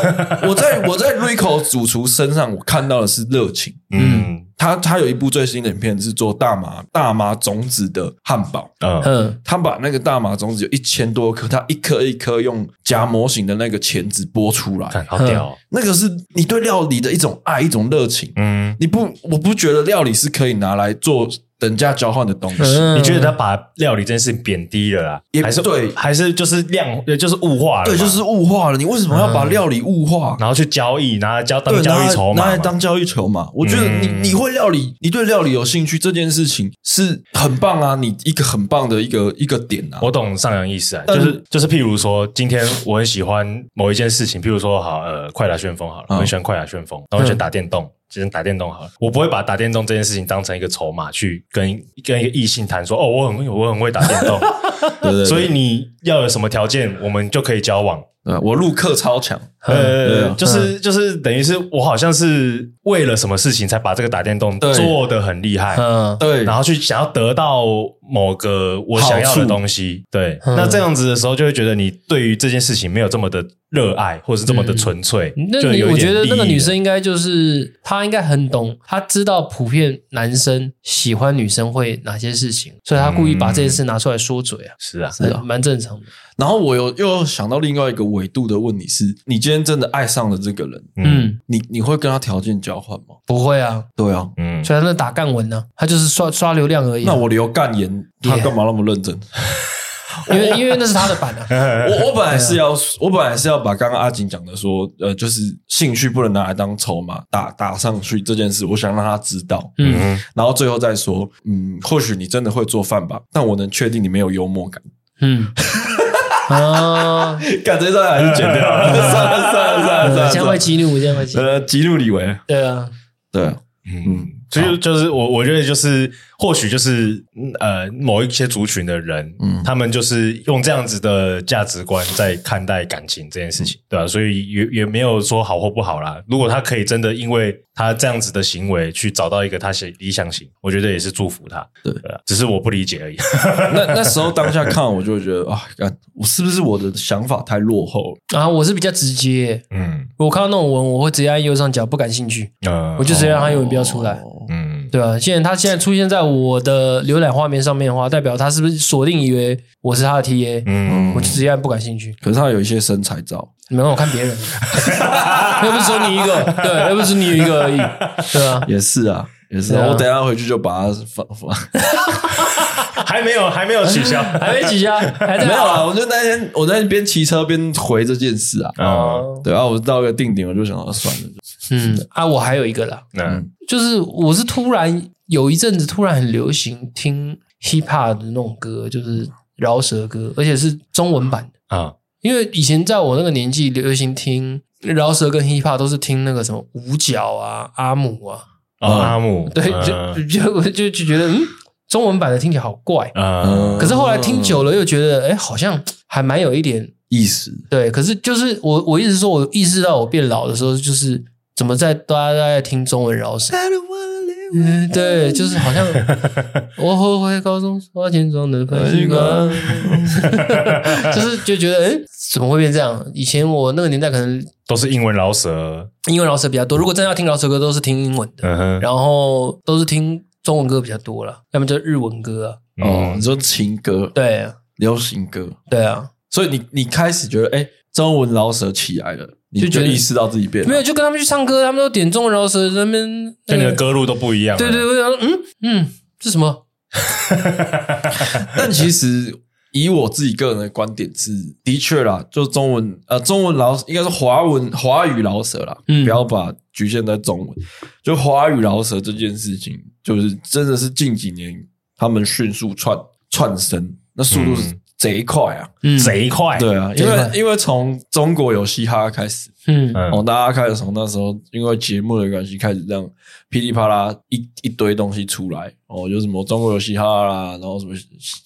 A: 我在我在 Rico 主厨身上，我看到的是热情。
B: 嗯
A: 他他有一部最新的影片是做大麻大麻种子的汉堡，
B: 嗯
C: 嗯
A: 他把那个大麻种子有一千多颗，他一颗一颗用夹模型的那个钳子剥出来，
B: 看好屌哦，
A: 那个是你对料理的一种爱，一种热情。
B: 嗯，
A: 你不，我不觉得料理是可以拿来做等价交换的东西。
C: 嗯，
B: 你觉得他把料理这件事贬低了啦？
A: 也
B: 还是
A: 对
B: 还是就是量，呃就是物化了嘛，
A: 对，就是物化了。你为什么要把料理物化？
B: 然后去交易，拿来交当
A: 对，
B: 交
A: 拿
B: 易
A: 来
B: 筹
A: 拿
B: 码
A: 来
B: 嘛，
A: 当交易筹码。我觉得你、
B: 嗯
A: 你会料理，你对料理有兴趣这件事情是很棒啊，你一个很棒的一个一个点啊。
B: 我懂上扬意思啊，
A: 但
B: 就是就是，譬如说，今天我很喜欢某一件事情，譬如说，好呃，快打旋风好了，
A: 嗯
B: 我很喜欢快打旋风，然后我很喜欢打电动，今天打电动好了，我不会把打电动这件事情当成一个筹码去跟跟一个异性谈说，哦，我很会我很会打电动，
A: (laughs) 对对对
B: 所以你要有什么条件，我们就可以交往。
A: 呃，我入课超强，对
C: 嗯
B: 呃
A: 啊，
B: 就是就是等于是我好像是为了什么事情才把这个打电动
A: 对
B: 做得很厉害，
C: 嗯，
A: 对，
B: 然后去想要得到某个我想要
A: 好
B: 的
A: 处
B: 东西。对，
C: 嗯
B: 那这样子的时候，就会觉得你对于这件事情没有这么的热爱，或是这么的纯粹。
C: 嗯那
B: 就
C: 你
B: 有一
C: 我
B: 点
C: 觉得那个
B: 利益
C: 女
B: 了
C: 生应该就是她应该很懂，她知道普遍男生喜欢女生会哪些事情，所以她故意把这件事拿出来说嘴
B: 嗯
C: 啊，
B: 是啊，
A: 是啊
C: 很蛮正常的。
A: 然后我有又想到另外一个维度的问题是，你今天真的爱上了这个人，
B: 嗯
C: 嗯，
A: 你你会跟他条件交换吗？
C: 不会啊，
A: 对啊，
B: 嗯，
C: 所以她那打干文呢、啊，她就是刷刷流量而已
A: 那
C: 啊、
A: 我留干言，他干嘛那么认真？
C: 因为因为那是她的版啊，
B: (laughs)
A: 我我本来是要，我本来是要把刚刚阿锦讲的说，呃，就是兴趣不能拿来当筹码打打上去这件事，我想让他知道，
C: 嗯，
A: 然后最后再说，嗯，或许你真的会做饭吧，但我能确定你没有幽默感。 (laughs)
C: 嗯。
B: (laughs)
C: 啊，
A: 干这段还是剪掉了， (laughs) 算了算了算了
C: 呃
A: 算了，
C: 这样会激怒，这样会激
B: (laughs)
C: 怒。
A: 呃，激怒李维，
C: 对啊，
A: 对啊，
B: 嗯，所以就是我我觉得就是或许就是嗯呃某一些族群的人，
A: 嗯
B: 他们就是用这样子的价值观在看待感情这件事
C: 嗯
B: 情，对吧、啊所以也也没有说好或不好啦。如果他可以真的因为他这样子的行为去找到一个他想理想型，我觉得也是祝福他。
A: 对
B: 啊，只是我不理解而已。 (laughs)
A: 那那时候当下看我就会觉得啊，干我是不是我的想法太落后了？
C: 啊，我是比较直接耶，
B: 嗯
C: 我看到那种文，我会直接按右上角，不感兴趣，
B: 呃
C: 我就直接让他永远不要出来。
A: 哦
B: 嗯
C: 对啊，现在他现在出现在我的浏览画面上面的话，代表他是不是锁定以为我是他的 TA？、
B: 嗯
C: 我就直接按不感兴趣，
A: 可是他有一些身材照，
C: 没有我看别人，又不是说你一个，对，又不是你有一个而已，对啊，
A: 也是啊，也是
C: 对
A: 啊。
C: 啊
A: 我等一下回去就把它放放。
B: 还没有还没有取
C: (laughs)
B: 消
C: 还没几下，还在
A: 没有啊，我就那天我那天边骑车边回这件事啊。
B: 啊，
C: 哦，
A: 对啊，我到一个定点我就想到算了，
C: 嗯啊，我还有一个啦，
B: 那
C: 就是我是突然有一阵子突然很流行听 hip hop 的那种歌，就是饶舌歌，而且是中文版的。
B: 啊
C: 因为以前在我那个年纪流行听饶舌跟 hip hop 都是听那个什么五角啊、阿姆啊，
B: 哦阿姆
C: 对，
B: 嗯
C: 就就我就就觉得嗯，中文版的听起来好怪。
B: 嗯
A: 嗯
C: 可是后来听久了又觉得，哎，好像还蛮有一点
A: 意思
C: 对。可是就是我我一直说，我意识到我变老的时候，就是怎么在大家都在听中文饶舌。嗯，对，就是好像我后悔高中花钱装的白
A: (laughs)
C: 习惯，
A: 啊
C: 就是就觉得，哎，怎么会变这样？以前我那个年代可能
B: 都是英文饶舌，
C: 英文饶舌比较多，如果真的要听饶舌歌，都是听英文的，
B: 嗯哼，
C: 然后都是听中文歌比较多了，要么就日文歌啊。
A: 哦，你说情歌、
C: 对啊
A: 流行歌，
C: 对啊，
A: 所以你你开始觉得哎，中文老舌起来了，你
C: 就觉
A: 就
C: 得
A: 意识到自己变
C: 没有
A: 了。
C: 就跟他们去唱歌，他们都点中文饶舌，在那边
B: 就你的
C: 那个
B: 歌路都不一样了。啊
C: 对对，我想说嗯嗯，这什么？ (laughs)
A: 但其实以我自己个人的观点是，的确啦，就中文呃，中文老应该是华文华语老舍啦，
C: 嗯
A: 不要把局限在中文。就华语老舍这件事情，就是真的是近几年他们迅速窜窜升，那速度是
B: 嗯
A: 贼快啊！
C: 嗯
B: 贼快。
A: 对啊，因
C: 贼
A: 为
C: 快
A: 因为从中国有嘻哈开始，
C: 嗯
B: 嗯
A: 哦，大家开始从那时候因为节目的关系开始这样噼里啪啦一一堆东西出来，哦，有什么中国有嘻哈啦，然后什么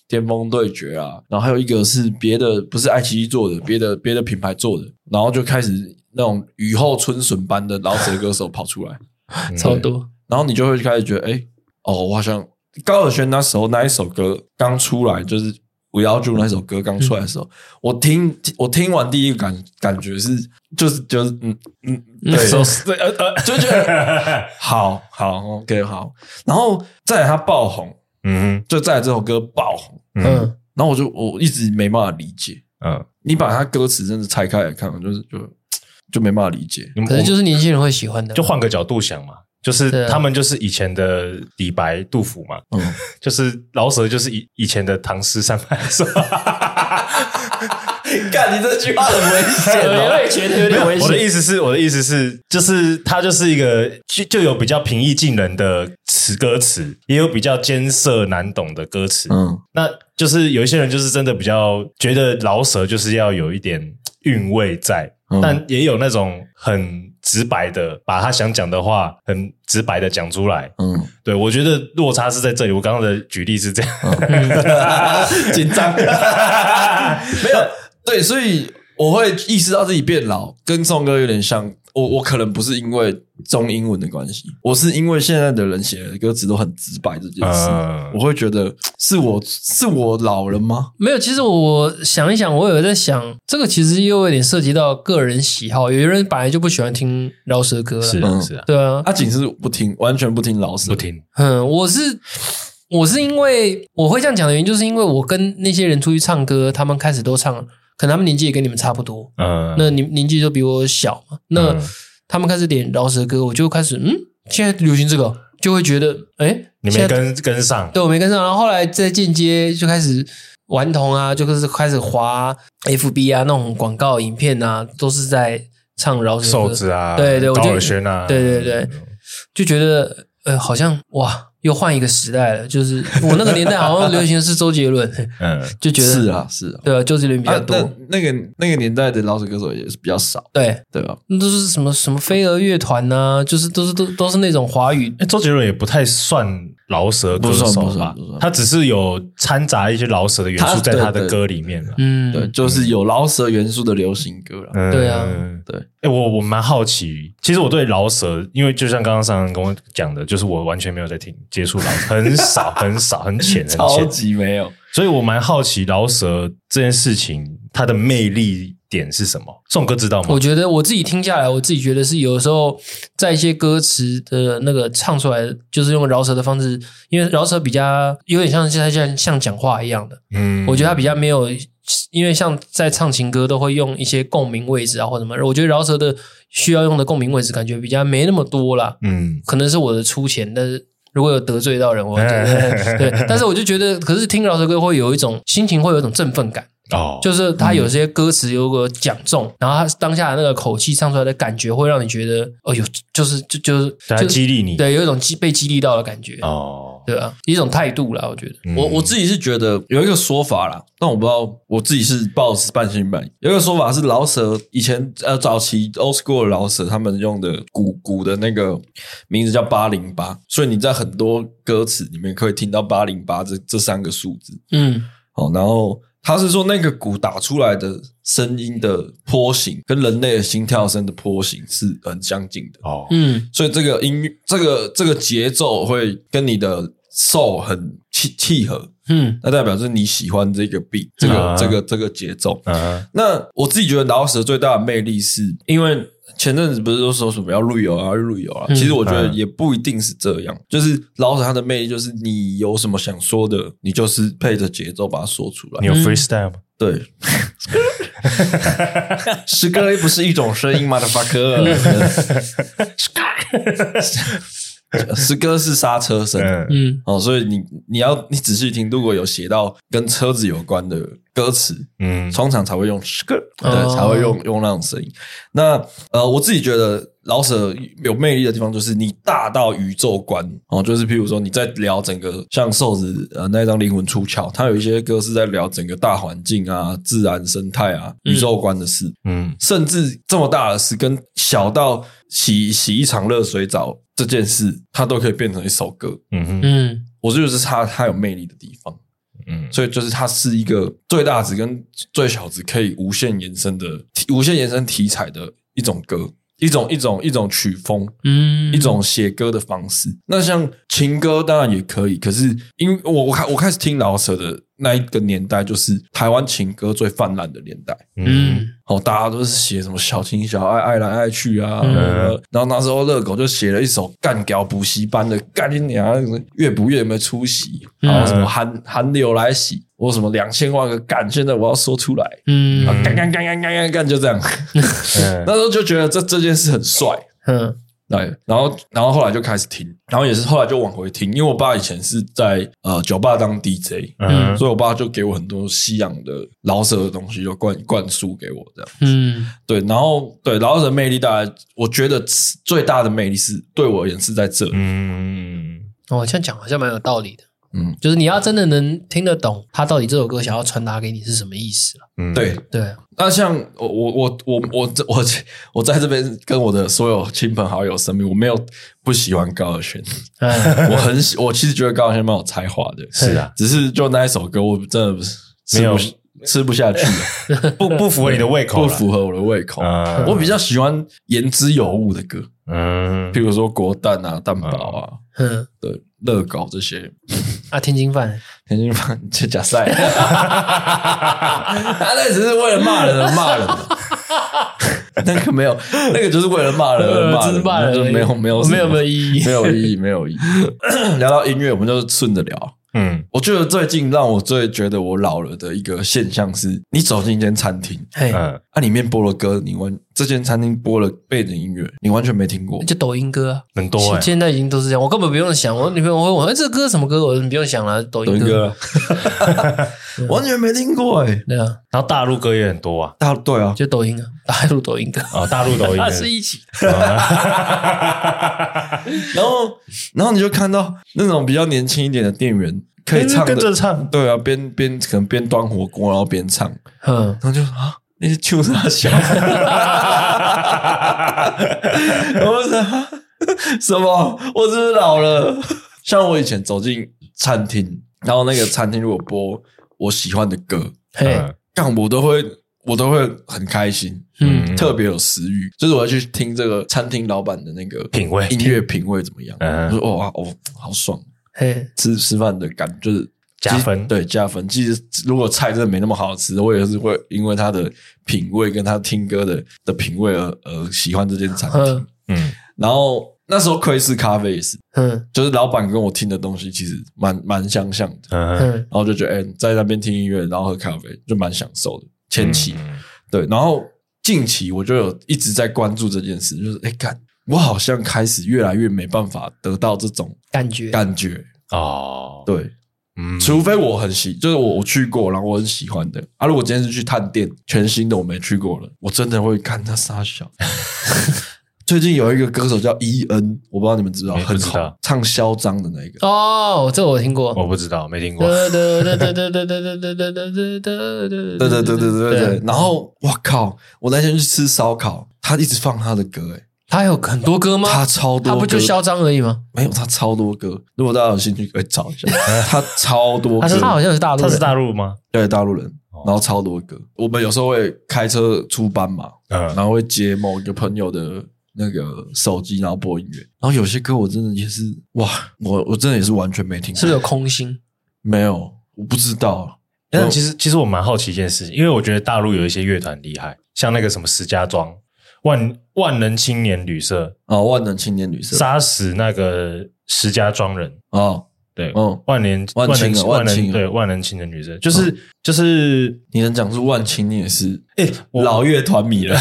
A: 巅峰对决啊，然后还有一个是别的不是爱奇艺做的，别的别的品牌做的，然后就开始那种雨后春笋般的老舌歌手跑出来， (laughs)
B: 嗯
C: 超多。
A: 然后你就会开始觉得，哎，哦，我好像高尔宣那时候那一首歌刚出来，就是五幺九那首歌刚出来的时候，我听我听完第一个感感觉是，就是就是嗯嗯，对，
C: 嗯
A: 手对呃 (laughs) 呃，就觉得好好 OK 好，然后再来他爆红，
B: (laughs) 嗯
A: 就再来这首歌爆红，
B: 哼嗯
C: 嗯，
A: 然后我就我一直没办法理解，
B: 嗯，
A: 你把他歌词真的拆开来看，我就是就就没办法理解，
B: 可
C: 可是就是是年轻人会喜欢的，
B: 就换个角度想嘛，就是
C: 对啊
B: 他们就是以前的李白、杜甫嘛，
A: 嗯，
B: 就是老舍就是以以前的唐诗三百首。
A: (laughs) 干你这句话很危险哦
C: (laughs) 我也觉得有点危
B: 我的意
C: 险。
B: 思是，我的意思是，就是它就是一个就就有比较平易近人的词歌词，也有比较艰涩难懂的歌词。
A: 嗯，
B: 那就是有一些人就是真的比较觉得饶舌就是要有一点韵味在，
A: 嗯
B: 但也有那种很直白的把他想讲的话很直白的讲出来。
A: 嗯，
B: 对我觉得落差是在这里。我刚刚的举例是这样，
A: 紧张， (laughs) 没有对，所以我会意识到自己变老，跟宋哥有点像。我我可能不是因为中英文的关系，我是因为现在的人写的歌词都很直白
B: (laughs)
A: 这件事，
B: 嗯
A: 我会觉得是我是我老了吗？
C: 没有，其实我想一想，我有在想，这个其实又有点涉及到个人喜好，有些人本来就不喜欢听饶舌歌啦
B: 是啊是啊，
C: 对啊，
A: (laughs) 阿景是不听，完全不听老师
B: 不，听，
C: 嗯，我是我是因为我会这样讲的原因，就是因为我跟那些人出去唱歌，他们开始都唱，可能他们年纪也跟你们差不多，
B: 嗯，
C: 那你年纪就比我小嘛，那、
B: 嗯
C: 他们开始点饶舌歌，我就开始嗯，现在流行这个，就会觉得哎，诶
B: 你
C: 现
B: 没
C: 在
B: 跟跟上，
C: 对我没跟上，然后后来再间接就开始顽童啊，就开始开始滑 FB 啊那种广告影片啊，都是在唱饶舌
B: 瘦
C: 歌，
B: 子啊，
C: 对对我就
B: 高尔宣啊，
C: 对对对，就觉得呃好像哇又换一个时代了，
A: (laughs)
C: 就是我那个年代好像流行的是周杰伦， (laughs)
B: 嗯，
C: 就觉得
A: 是，啊是啊，
C: 对啊，周杰伦比较
A: 啊
C: 多，
A: 那那个那个年代的老师歌手也是比较少，
C: 对，
A: 对吧？
C: 那都是什么什么飞儿乐团呐、就是都是都都是那种华语。
B: 哎诶周杰伦也不太算饶舌歌
A: 不算
B: 手
A: 不算
B: 吧
A: 不算，
B: 他只是有掺杂一些饶舌的元
A: 他
B: 素在他
A: 对
B: 的
A: 对
B: 歌里面了。
C: 嗯，
A: 对，就是有饶舌元素的流行歌了。
B: 嗯
C: 对啊
A: 对，
B: 哎、我我蛮好奇，其实我对饶舌，因为就像刚刚上人跟我讲的，就是我完全没有在听接触饶舌，很少很少很浅很
A: 超
B: 浅，
A: 级没有，
B: 所以我蛮好奇饶舌这件事情它的魅力点是什么？宋哥知道吗
C: 我？觉得我自己听下来，我自己觉得是有的时候在一些歌词的那个唱出来，就是用饶舌的方式，因为饶舌比较有点像现在像像讲话一样的，
B: 嗯
C: 我觉得它比较没有，因为像在唱情歌都会用一些共鸣位置啊或什么，我觉得饶舌的需要用的共鸣位置感觉比较没那么多啦，
B: 嗯
C: 可能是我的粗浅，但是。如果有得罪到
B: (laughs)
C: 人，我觉得对，但是我就觉得，可是听饶舌歌会有一种心情，会有一种振奋感。
B: 哦，嗯
C: 就是他有些歌词有个讲中，然后他当下的那个口气唱出来的感觉，会让你觉得，哦，有就是就就是
B: 它
C: 就
B: 激励你
C: 对，有一种激被激励到的感觉，
B: 哦，
C: 对啊，一种态度啦，我觉得，
B: 嗯
A: 我我自己是觉得有一个说法啦，但我不知道我自己是抱持半信半疑。有一个说法是饶舌以前呃早期 old school 的饶舌他们用的鼓鼓的那个名字叫八零八，所以你在很多歌词里面可以听到八零八这这三个数字。
C: 嗯
A: 哦，然后他是说那个鼓打出来的声音的波形跟人类的心跳声的波形是很相近的。
B: 哦，
C: 嗯
A: 所以这个音乐，这个这个节奏会跟你的 soul 很契契合，
C: 嗯
A: 那代表是你喜欢这个 beat，这个、
B: 啊
A: 这个这个节奏。
B: 嗯
A: 那我自己觉得饶舌最大的魅力是，因为前阵子不是都说什么要路由啊、路由啊，
C: 嗯
A: 其实我觉得
B: 嗯
A: 也不一定是这样。就是饶舌它的魅力就是你有什么想说的，你就是配着节奏把它说出
B: 你
A: 来。
B: 有 freestyle 吗？
A: 对， (laughs) 诗歌又不是一种声音吗？的 fucker，诗歌是刹车声。
B: 嗯
C: 嗯
A: 哦，所以你你要你仔细听，如果有写到跟车子有关的歌词，
B: 嗯
A: 通常才会用 s 对，
C: 哦
A: 才会用用那种声音。那呃，我自己觉得老舍有魅力的地方就是你大到宇宙观哦，就是譬如说你在聊整个像瘦子呃那一张《灵魂出窍》，他有一些歌是在聊整个大环境啊、自然生态啊、宇宙观的事，
B: 嗯
A: 甚至这么大的事，跟小到洗洗一场热水澡这件事，它都可以变成一首歌。
B: 嗯哼
C: 嗯
A: 我觉得这是他他有魅力的地方，
B: 嗯
A: 所以就是它是一个最大值跟最小值可以无限延伸的题无限延伸题材的一种歌，一种一种一种曲风，
C: 嗯，
A: 一种写歌的方式。那像情歌当然也可以，可是因为我我开我开始听饶舌的那一个年代，就是台湾情歌最泛滥的年代。
B: 嗯
C: 嗯
A: 哦，大家都是写什么小情小爱，爱来爱去啊。
C: 嗯
A: 呃然后那时候热狗就写了一首干屌补习班的，干你娘，越补越没出息。
C: 嗯
A: 然后什么韩韩流来袭，我什么两千万个干，现在我要说出来，
C: 嗯
A: 啊干干干干干干干，就这样。
B: (laughs) 嗯
A: (laughs) 那时候就觉得这这件事很帅，
C: 嗯
A: 对，然后然后后来就开始听，然后也是后来就往回听，因为我爸以前是在呃酒吧当 DJ，
B: 嗯
A: 所以我爸就给我很多西洋的饶舌的东西，就灌灌输给我这样。
C: 嗯
A: 对，然后对饶舌魅力，大概我觉得最大的魅力是对我而言是在这里。
B: 嗯
C: 哦，这样讲好像蛮有道理的，
A: 嗯，
C: 就是你要真的能听得懂他到底这首歌想要传达给你是什么意思了。
B: 嗯，
A: 对，
C: 对，啊
A: 那像我我我我我这我我在这边跟我的所有亲朋好友声明，我没有不喜欢高尔
B: (laughs)
A: 宣，
C: (laughs) 嗯，
A: 我很喜，我其实觉得高晓轩蛮有才华的，
B: 是啊，
A: 只是就那一首歌，我真的不是吃
B: (laughs) 没有
A: 不吃不下去，
B: (laughs) 不不符合你的 (laughs) 胃口
A: 不
B: 啦，
A: 符合我的胃口。
B: 嗯
A: 我比较喜欢言之有物的歌，
B: 嗯
A: 譬如说国蛋啊、蛋堡啊、
C: 嗯，
A: 对乐高这些。
C: 啊，天津饭，
A: 田径棒这假赛， (laughs) 他那只是为了骂人而骂人 (laughs) 的。那个没有，那个就是为了骂人 (laughs) 而骂
C: 只
A: 人，
C: 是呃骂
A: 那
C: 人
A: 就
C: 而已
A: 没有没有什么
C: 没有没有意义 (laughs)
A: 没有意义， (coughs) 没有意义。聊到音乐，我们就是顺着聊。
B: 嗯
A: 我觉得最近让我最觉得我老了的一个现象是，你走进一间餐厅，
C: 嘿，
B: 嗯，
A: 啊，里面播了歌，你完这间餐厅播了背景音乐，你完全没听过。
C: 就抖音歌啊。
B: 很多哎，
C: 现在已经都是这样，我根本不用想。我女朋友问我，哎，这歌什么歌？我说你不用想了，抖
A: 抖
C: 音
A: 音歌
C: 歌。
A: 啊，完全没听过哎、
C: 对啊，
B: 然后大陆歌也很多啊，
A: 大对啊，
C: 就抖音啊，大陆抖音 (laughs) 歌，
B: 啊，大陆抖音
C: 它
B: 也
C: 是一起。
A: 然后然后你就看到那种比较年轻一点的店员可
C: 嗯
A: 以唱
B: 跟着
A: 的，
B: 唱，
A: 对啊，边边可能边端火锅然后边唱，然
C: 嗯，
A: 后就啊，那些就是他小，
B: (laughs)
A: (laughs) 然后我说啊什么？我是不是老了？像我以前走进餐厅，然后那个餐厅如果播我喜欢的歌，
B: 哎嗯
C: 嘿，
A: 干我都会我都会很开心，
C: 嗯
A: 特别有食欲，就是我要去听这个餐厅老板的那个
B: 品味
A: 音乐品味怎么样？
B: 嗯
A: 我说哦啊哦，好爽！
C: 嘿，
A: 吃吃饭的感觉就是
B: 加分
A: 其实对加分。其实如果菜真的没那么好吃，我也是会因为他的品味跟他听歌的的品味而而喜欢这间餐厅。
C: 嗯
B: 嗯
A: 然后那时候窥视咖啡也是，
C: 嗯
A: 就是老板跟我听的东西其实蛮蛮相像的，
B: 嗯，
C: 嗯，
A: 然后就觉得哎、在那边听音乐，然后喝咖啡就蛮享受的。前期、
B: 嗯
A: 对，然后近期我就有一直在关注这件事，就是哎，看、干我好像开始越来越没办法得到这种
C: 感觉，
A: 感觉。
B: 哦，
A: 对，
B: 嗯，
A: 除非我很喜，就是我我去过，然后我很喜欢的啊。如果今天是去探店，全新的我没去过了，我真的会看他傻 (laughs) 笑。最近有一个歌手叫伊恩，我不知道你们知道，
B: 嗯
A: 很
B: 不知
A: 红
B: 道，
A: 唱嚣张的那一个。
C: 哦，这我听过。
B: 我不知道，没听过，
C: 得得得得得得得得得得得得得
A: 对对对对对对，然后我靠，我那天去吃烧烤，他一直放他的歌、欸，
C: 他有很多歌吗？
A: 他超多
C: 他
A: 歌，
C: 不就嚣张而已吗？
A: 没有，他超多歌。如果大家有兴趣，可以找 (laughs) 一下，他超多歌。
C: 他是他好像是大陆
B: 他
C: 人，
B: 是大陆吗？
A: 对大陆人，然后超多歌。我们有时候会开车出班嘛，然
B: 嗯，
A: 后会接某个朋友的那个手机，然后播音乐。然后有些歌我真的也是哇，我我真的也是完全没听过，
C: 是不是有空心？
A: 没有，我不知道。
B: 但其实其实我蛮好奇一件事情，因为我觉得大陆有一些乐团厉害，像那个什么石家庄万万能青年旅社，
A: 哦，万能青年旅社
C: 啊
B: 杀死那个石家庄人，
A: 哦，
B: 对，
A: 嗯，
B: 万年
A: 万青啊
B: 能
A: 万
B: 万能
A: 青啊嗯
B: 对万能青年旅社，就是就是，
A: 你能讲出万青，你也是
B: 哎，我
A: 老乐团迷了。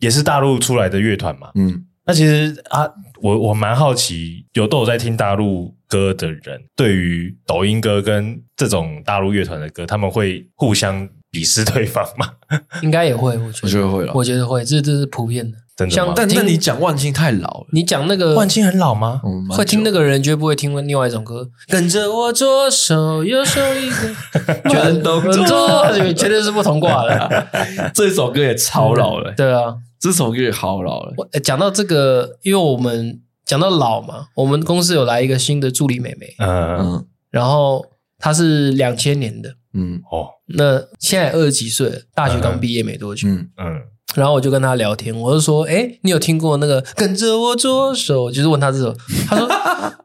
B: 也是大陆出来的乐团嘛，
A: 嗯，
B: 那其实啊，我我蛮好奇，有都有在听大陆歌的人，对于抖音歌跟这种大陆乐团的歌，他们会互相鄙视对方吗？ (laughs)
C: 应该也会，我觉
A: 我
C: 得
A: 觉，得会了。
C: 我觉得会，这这是普遍的。
B: 真的
C: 像
B: 吗？
A: 但
C: 听
A: 但你讲万青太老了，
C: 你讲那个
B: 万青很老吗？
A: 嗯蛮
C: 会听
A: 久
C: 那个人，绝不会听另外一种歌。跟着我左手右手一个，
A: (laughs) 全都
C: 很多，绝对是不同挂的。
A: 这首歌也超老了、
C: 对啊，
A: 这首歌也好老了、
C: 我呃讲到这个，因为我们讲到老嘛，我们公司有来一个新的助理妹妹，
B: 嗯，
A: 嗯
C: 然后她是两千年的，
A: 嗯
B: 哦，
C: 那现在二十几岁了，大学刚毕业没多久。
A: 嗯，
B: 嗯
C: 然后我就跟她聊天，我就说：“哎，你有听过那个跟着我左手？”就是问她这首，她说：“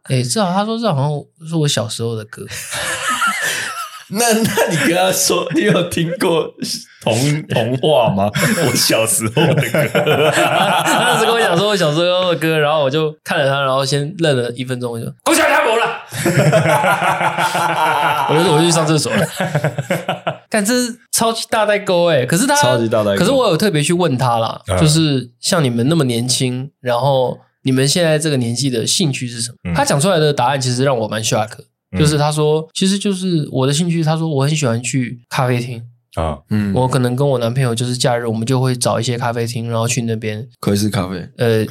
C: 哎，这好，她说这好像是我小时候的歌。” (laughs)
A: 那那你跟他说，你有听过童童话
B: (laughs)
A: 吗？我小时候的 (laughs) 歌，
C: 他当时跟我讲说我小时候的歌，然后我就看了他，然后先愣了一分钟，我就
A: 我想他没了。
C: 我就我就去上厕所了。
A: (laughs)
C: 但这是超级大代沟哎、可是他
A: 超级大代沟
C: 可是我有特别去问他啦，
B: 嗯
C: 就是像你们那么年轻，然后你们现在这个年纪的兴趣是什么？
B: 嗯
C: 他讲出来的答案其实让我蛮 shock，的
B: 嗯
C: 就是他说，其实就是我的兴趣，他说我很喜欢去咖啡厅。
B: 啊，
A: 嗯，
C: 我可能跟我男朋友就是假日，我们就会找一些咖啡厅，然后去那边。
A: 可以是咖啡，
C: 呃，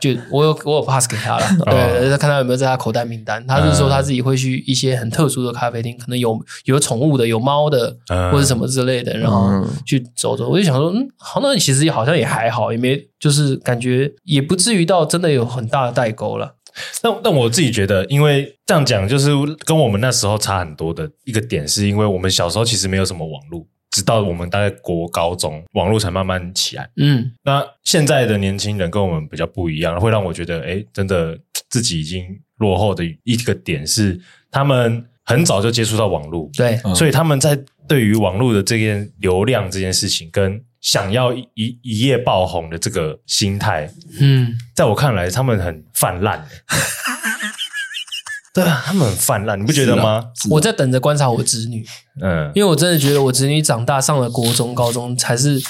C: 就我有我有 pass 给他了，对，呃看他有没有在他口袋名单。他是说他自己会去一些很特殊的咖啡厅，可能有有宠物的，有猫的，
B: 嗯
C: 或者什么之类的，然后
A: 嗯
C: 去走走。我就想说，嗯，好，那其实好像也还好，也没就是感觉也不至于到真的有很大的代沟了。
B: 那那我自己觉得，因为这样讲就是跟我们那时候差很多的一个点，是因为我们小时候其实没有什么网络，直到我们大概国高中，网络才慢慢起来。
C: 嗯，
B: 那现在的年轻人跟我们比较不一样，会让我觉得，哎，真的自己已经落后的一个点是，他们很早就接触到网络，
C: 对，
A: 嗯
B: 所以他们在对于网络的这件流量这件事情，跟想要一一一夜爆红的这个心态，
C: 嗯，
B: 在我看来，他们很泛滥、欸对啊，他们很泛滥，你不觉得吗？
A: 是
C: 我在等着观察我侄女。
B: 嗯，
C: 因为我真的觉得我侄女长大上了国中、高中，才是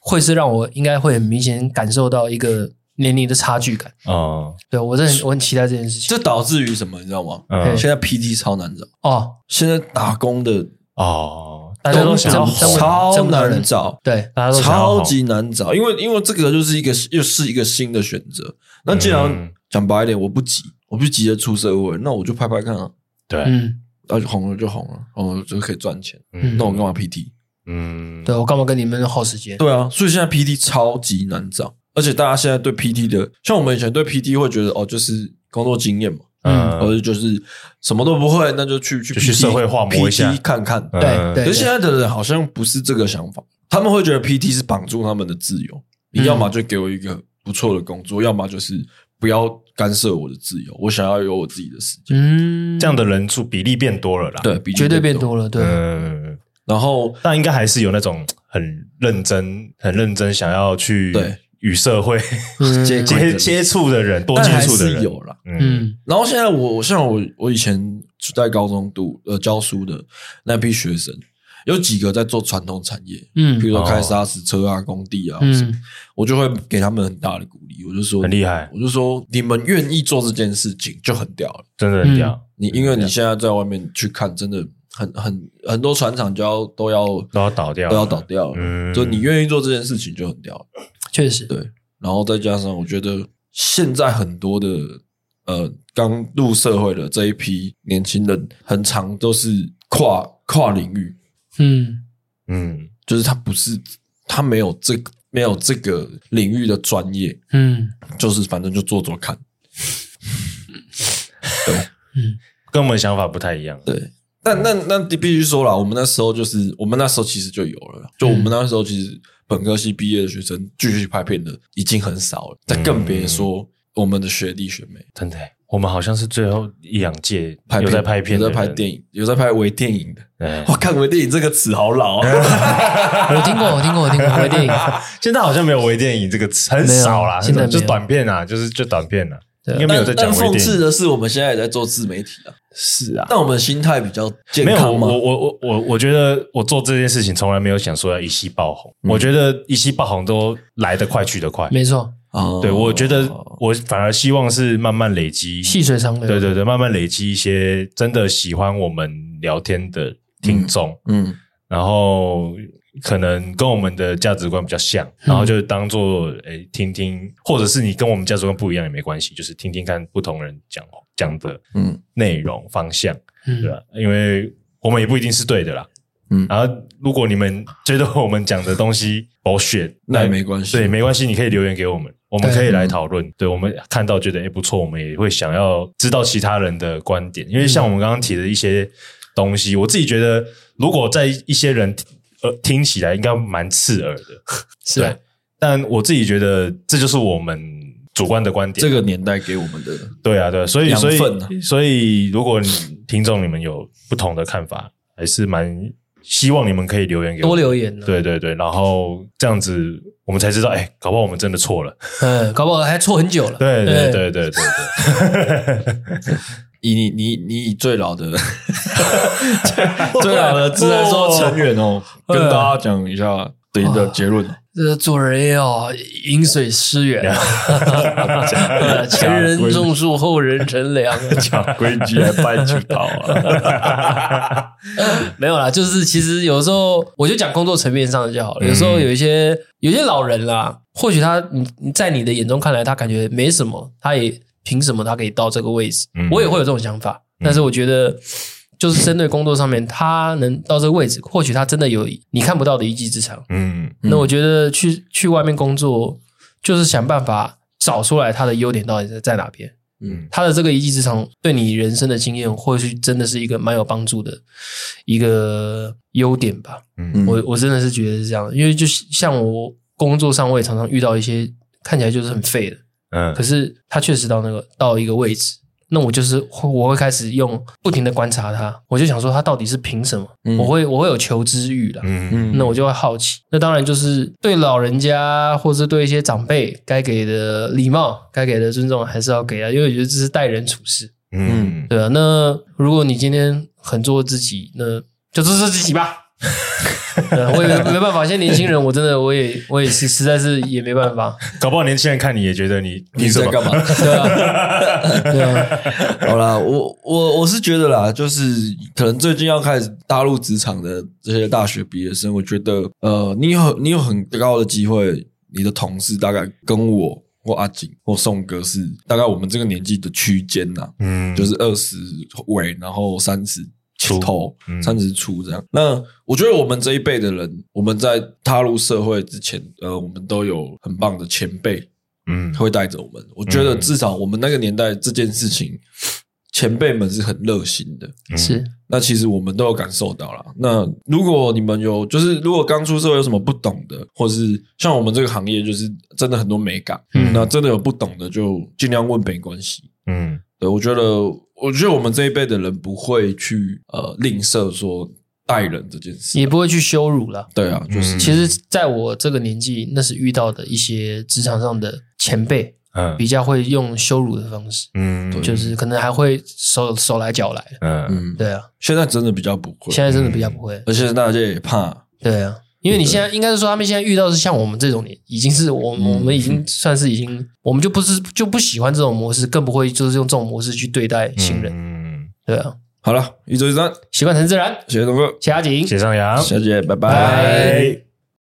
C: 会是让我应该会很明显感受到一个年龄的差距感。
B: 哦，
C: 对我真的很我很期待这件事情。
A: 这导致于什么？你知道吗？
B: 嗯，
A: 现在 PT 超难找，
C: 哦，
A: 现在打工的
B: 哦，大家都想要
C: 真真
B: 红，
A: 超难找，
C: 对，
B: 大家都想要
A: 超
B: 红，
A: 级难找，因为因为这个就是一个又是一个新的选择。那既然
B: 嗯
A: 讲白一点，我不急，我不急着出社会，那我就拍拍看啊，
B: 对，
C: 嗯，
A: 那就红了就红了，红了就可以赚钱。
B: 嗯
A: 那我干嘛 PT？
B: 嗯，
C: 对我干嘛跟你们耗时间？
A: 对啊，所以现在 PT 超级难找，而且大家现在对 PT 的，像我们以前对 PT 会觉得哦，就是工作经验嘛，
B: 嗯
A: 或者就是什么都不会，那就去去
B: 就去
A: PT
B: 社会化磨一下
A: PT 看看。
B: 嗯
C: 对
A: 可
C: 对
A: 是现在的人好像不是这个想法，他们会觉得 PT 是绑住他们的自由，你要么就给我一个不错的工作，要么就是不要干涉我的自由，我想要有我自己的时间。啊
C: 嗯，
B: 这样的人数比例变多了啦，，
A: 对，比例
C: 绝对变
A: 变。
C: 多了。对，
B: 嗯，
A: 然后
B: 但应该还是有那种很认真、很认真想要去
A: 对
B: 与社会 (laughs)
C: 嗯
A: 结果
B: 接接触的人，多
A: 但
B: 接
A: 还
B: 触的
A: 是
B: 人
A: 有，啦，
B: 嗯
C: 嗯
A: 然后现在我像我我以前在高中读呃教书的那批学生，有几个在做传统产业，比
C: 嗯
A: 如说开
B: 哦
A: 砂石车啊、工地啊，
C: 嗯
A: 我就会给他们很大的鼓励，我就说
B: 很厉害
A: 我就说你们愿意做这件事情就很屌了。
B: 真的很屌，
A: 你因
B: 啊
A: 为你现在在外面去看，真的很很很多船厂就要都要
B: 都要倒掉了，
A: 都要倒掉了，
B: 嗯
A: 就你愿意做这件事情就很屌了。
C: 确实，
A: 对，然后再加上我觉得现在很多的呃刚入社会的这一批年轻人，很长都是跨跨领域，
C: 嗯
B: 嗯，
A: 就是他不是他没有这个没有这个领域的专业，
C: 嗯
A: 就是反正就做做看。对
C: 嗯
B: 跟我们想法不太一样，
A: 对，但那那必须说了，我们那时候就是我们那时候其实就有了，就我们
B: 嗯
A: 那时候其实本科系毕业的学生继续拍片的已经很少了，但更
B: 嗯
A: 别说我们的学弟学妹。
B: 真的欸，我们好像是最后一两届
A: 拍
B: 有
A: 片
B: 在拍片的
A: 有
B: 人，嗯
A: 在拍电影，有在拍微电影的。
B: 对。
A: 我看微电影这个词好老
B: 哎
A: 啊！
C: 我听过，我听过，我听过微电影。
B: (laughs) 现在好像没有微电影这个词，很少啦，
C: 没有现在没有
B: 就短片啊，就是就短片啊，
C: 对
B: 应该没有在
A: 但
B: 讲
A: 但
B: 微
A: 讽
B: 电
A: 刺
B: 影。
A: 的是，我们现在也在做自媒体啊，
B: 是啊，
A: 但我们心态比较健
B: 没有
A: 康
B: 我
A: 嘛。
B: 我我我我我觉得我做这件事情从来没有想说要一夕爆红，
A: 嗯
B: 我觉得一夕爆红都来得快去得快。
C: 没错，
A: 啊
B: 对，我觉得我反而希望是慢慢累积，
C: 细水长流。
B: 对对对，慢慢累积一些真的喜欢我们聊天的听众，
A: 嗯，
B: 然后可能跟我们的价值观比较像，然后就当做诶听听，或者是你跟我们价值观不一样也没关系，就是听听看不同人讲讲的
A: 嗯
B: 内容方向，对
C: 嗯
B: 吧？因为我们也不一定是对的啦。
A: 嗯
B: 然后如果你们觉得我们讲的东西 bullshit，
A: 那也没关系
B: 对，没关系，你可以留言给我们，我们
C: 对
B: 可以来讨论。对我们看到觉得诶不错，我们也会想要知道其他人的观点，因为像我们刚刚提的一些东西，我自己觉得如果在一些人呃听起来应该蛮刺耳的，
C: 是
B: 对
C: 吧。
B: 但我自己觉得这就是我们主观的观点，
A: 这个年代给我们的
B: 对啊，对啊，所以
A: 养
B: 所
A: 分啊
B: 以所以，如果你听众你们有不同的看法，还是蛮希望你们可以留言给我
C: 多
B: 们。
C: 留言呢。
B: 对对对，然后这样子我们才知道，哎、搞不好我们真的错了。
C: 嗯，搞不好还错很久了。嗯
B: 对对对对对对，
A: 以你你你以最老的
B: 啊
C: (laughs)
A: 啊
C: 啊 (laughs)
A: 最最老的自然说成员哦，跟大家讲一下你的结论。
C: 这做人要饮水思
B: (laughs)
C: 源啊， (laughs) 前人种树，后人乘凉啊。 (laughs)
D: 讲规矩还拜主道啊！
C: 没有啦，就是其实有时候我就讲工作层面上的就好了。有时
B: 嗯
C: 候有一些有一些老人啦，或许他你你在你的眼中看来他感觉没什么，他也凭什么他可以到这个位置？
B: 嗯
C: 我也会有这种想法，但是我觉得。就是针对工作上面，他能到这个位置，或许他真的有你看不到的一技之长。
B: 嗯，
C: 那我觉得去去外面工作，就是想办法找出来他的优点到底在在哪边。
A: 嗯，
C: 他的这个一技之长对你人生的经验，或许真的是一个蛮有帮助的一个优点吧。
B: 嗯
C: 我我真的是觉得是这样，因为就像我工作上，我也常常遇到一些看起来就是很废的，
B: 嗯
C: 可是他确实到那个到一个位置，那我就是会我会开始用不停的观察他，我就想说他到底是凭什么？
A: 嗯
C: 我会我会有求知欲啦。
B: 嗯
C: 那我就会好奇。那当然就是对老人家或是对一些长辈该给的礼貌、该给的尊重还是要给啊，因为我觉得这是待人处事，
B: 嗯，
C: 对啊，那如果你今天很做自己，那就做做自己吧。 (laughs) 呃我也没办法，现在年轻人，我真的我也我也是实在是也没办法，
B: 搞不好年轻人看你也觉得你
A: 你在干嘛？
C: (laughs) 对啊，对啊，
A: 好啦，我我我是觉得啦，就是可能最近要开始踏入职场的这些大学毕业生，我觉得呃，你有你有很高的机会，你的同事大概跟我或阿景或宋哥是大概我们这个年纪的区间呐，
B: 嗯，
A: 就是二十尾，然后三十
B: 出
A: 头
B: 嗯，
A: 三十出这样。那我觉得我们这一辈的人，我们在踏入社会之前，呃，我们都有很棒的前辈，
B: 嗯
A: 会带着我们。我觉得至少我们那个年代这件事情，前辈们是很热心的。
C: 是
A: 那其实我们都有感受到啦。那如果你们有，就是如果刚出社会有什么不懂的，或是像我们这个行业，就是真的很多美感，
C: 嗯
A: 那真的有不懂的就尽量问没关系。
B: 嗯
A: 对我觉得，我觉得我们这一辈的人不会去呃吝啬说待人这件事。啊
C: 也不会去羞辱了。
A: 对啊，就是、
B: 嗯
C: 其实，在我这个年纪，那是遇到的一些职场上的前辈，
B: 嗯
C: 比较会用羞辱的方式，
B: 嗯
C: 就是可能还会手手来脚来。
B: 嗯
A: 嗯，
C: 对啊，
A: 现在真的比较不会，
C: 现在真的比较不会。
A: 而且大家也怕，
C: 对啊，因为你现在应该是说他们现在遇到的是像我们这种年，已经是我我们已经算是已经，我们就不是就不喜欢这种模式，更不会就是用这种模式去对待新
B: 嗯
C: 人。
B: 人，
C: 对啊，
A: 好了，一周一三，
C: 习惯成自然。
A: 谢谢东哥，
C: 谢谢阿景，
B: 写上牙，
A: 小姐，拜
C: 拜
A: 拜。